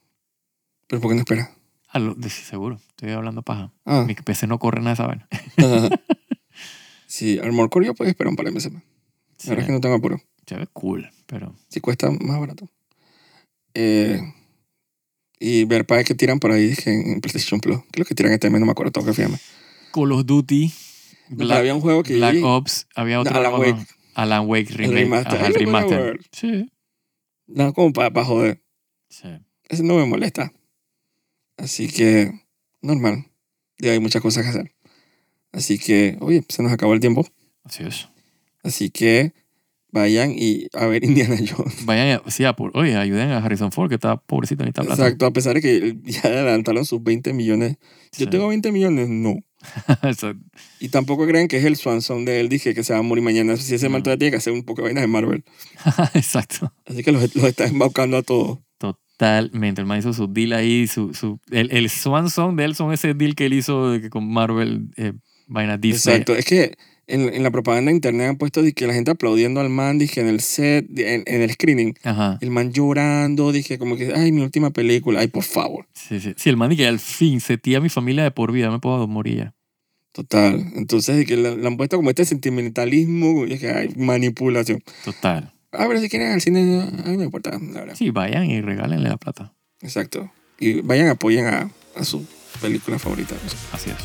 Speaker 1: Pero ¿por qué no espera?
Speaker 2: Ah, lo- de- seguro, estoy hablando paja.
Speaker 1: Ah.
Speaker 2: Mi PC no corre nada de esa vaina.
Speaker 1: sí, Armor Core yo puedo esperar pues, un par de meses más.
Speaker 2: Sí,
Speaker 1: La verdad es que no tengo apuro.
Speaker 2: Se ve cool, pero
Speaker 1: Si cuesta más barato. Eh, y ver para que tiran por ahí, dije, en PlayStation Plus. ¿Qué es lo que tiran este mes? No me acuerdo, tengo que fijarme.
Speaker 2: Call of Duty,
Speaker 1: No,
Speaker 2: Black,
Speaker 1: pero había un juego que...
Speaker 2: Black
Speaker 1: vi,
Speaker 2: Ops, había otro
Speaker 1: Alan
Speaker 2: bueno,
Speaker 1: Wake.
Speaker 2: Alan Wake remake,
Speaker 1: remaster.
Speaker 2: ajá,
Speaker 1: Ay,
Speaker 2: el
Speaker 1: lo voy a
Speaker 2: remaster.
Speaker 1: ver.
Speaker 2: Sí,
Speaker 1: No, como para joder.
Speaker 2: sí.
Speaker 1: Ese no me molesta. Así que, normal. Y hay muchas cosas que hacer. Así que, oye, se nos acabó el tiempo.
Speaker 2: Así es.
Speaker 1: Así que vayan y a ver Indiana Jones.
Speaker 2: Vayan, a- sí, a por, oye, ayuden a Harrison Ford, que está pobrecito, necesita plata.
Speaker 1: Exacto, a pesar de que ya adelantaron sus 20 millones. Yo
Speaker 2: Sí.
Speaker 1: tengo 20 millones, no.
Speaker 2: Exacto.
Speaker 1: Y tampoco crean que es el swanson de él, dije que se va a morir mañana. Si ese man
Speaker 2: No.
Speaker 1: todavía tiene que hacer un poco de vainas de Marvel.
Speaker 2: Exacto.
Speaker 1: Así que los, los está embaucando a todos.
Speaker 2: Totalmente. El man hizo su deal ahí. Su, su, el, el Swan Song de él son ese deal que él hizo de que con Marvel, eh, vaina Disney.
Speaker 1: Exacto, es que en, en la propaganda de internet han puesto de que la gente aplaudiendo al man, dije en el set, en, en el screening.
Speaker 2: Ajá.
Speaker 1: El man llorando, dije como que, ay, mi última película, ay, por favor.
Speaker 2: Sí, sí. Sí, el man y que al fin se tía a mi familia de por vida, me puedo morir ya.
Speaker 1: Total. Entonces, de que le, le han puesto como este sentimentalismo, y es que hay manipulación.
Speaker 2: Total.
Speaker 1: Ah, pero si quieren al cine, a mí me importa, la verdad.
Speaker 2: Sí, vayan y regálenle la plata.
Speaker 1: Exacto. Y vayan, apoyen a, a su película favorita.
Speaker 2: Así es.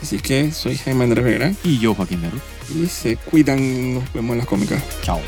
Speaker 1: Así que soy Jaime Andrés Vega
Speaker 2: Y yo, Joaquín Nerro.
Speaker 1: y se cuidan. Nos vemos en las cómicas.
Speaker 2: Chao.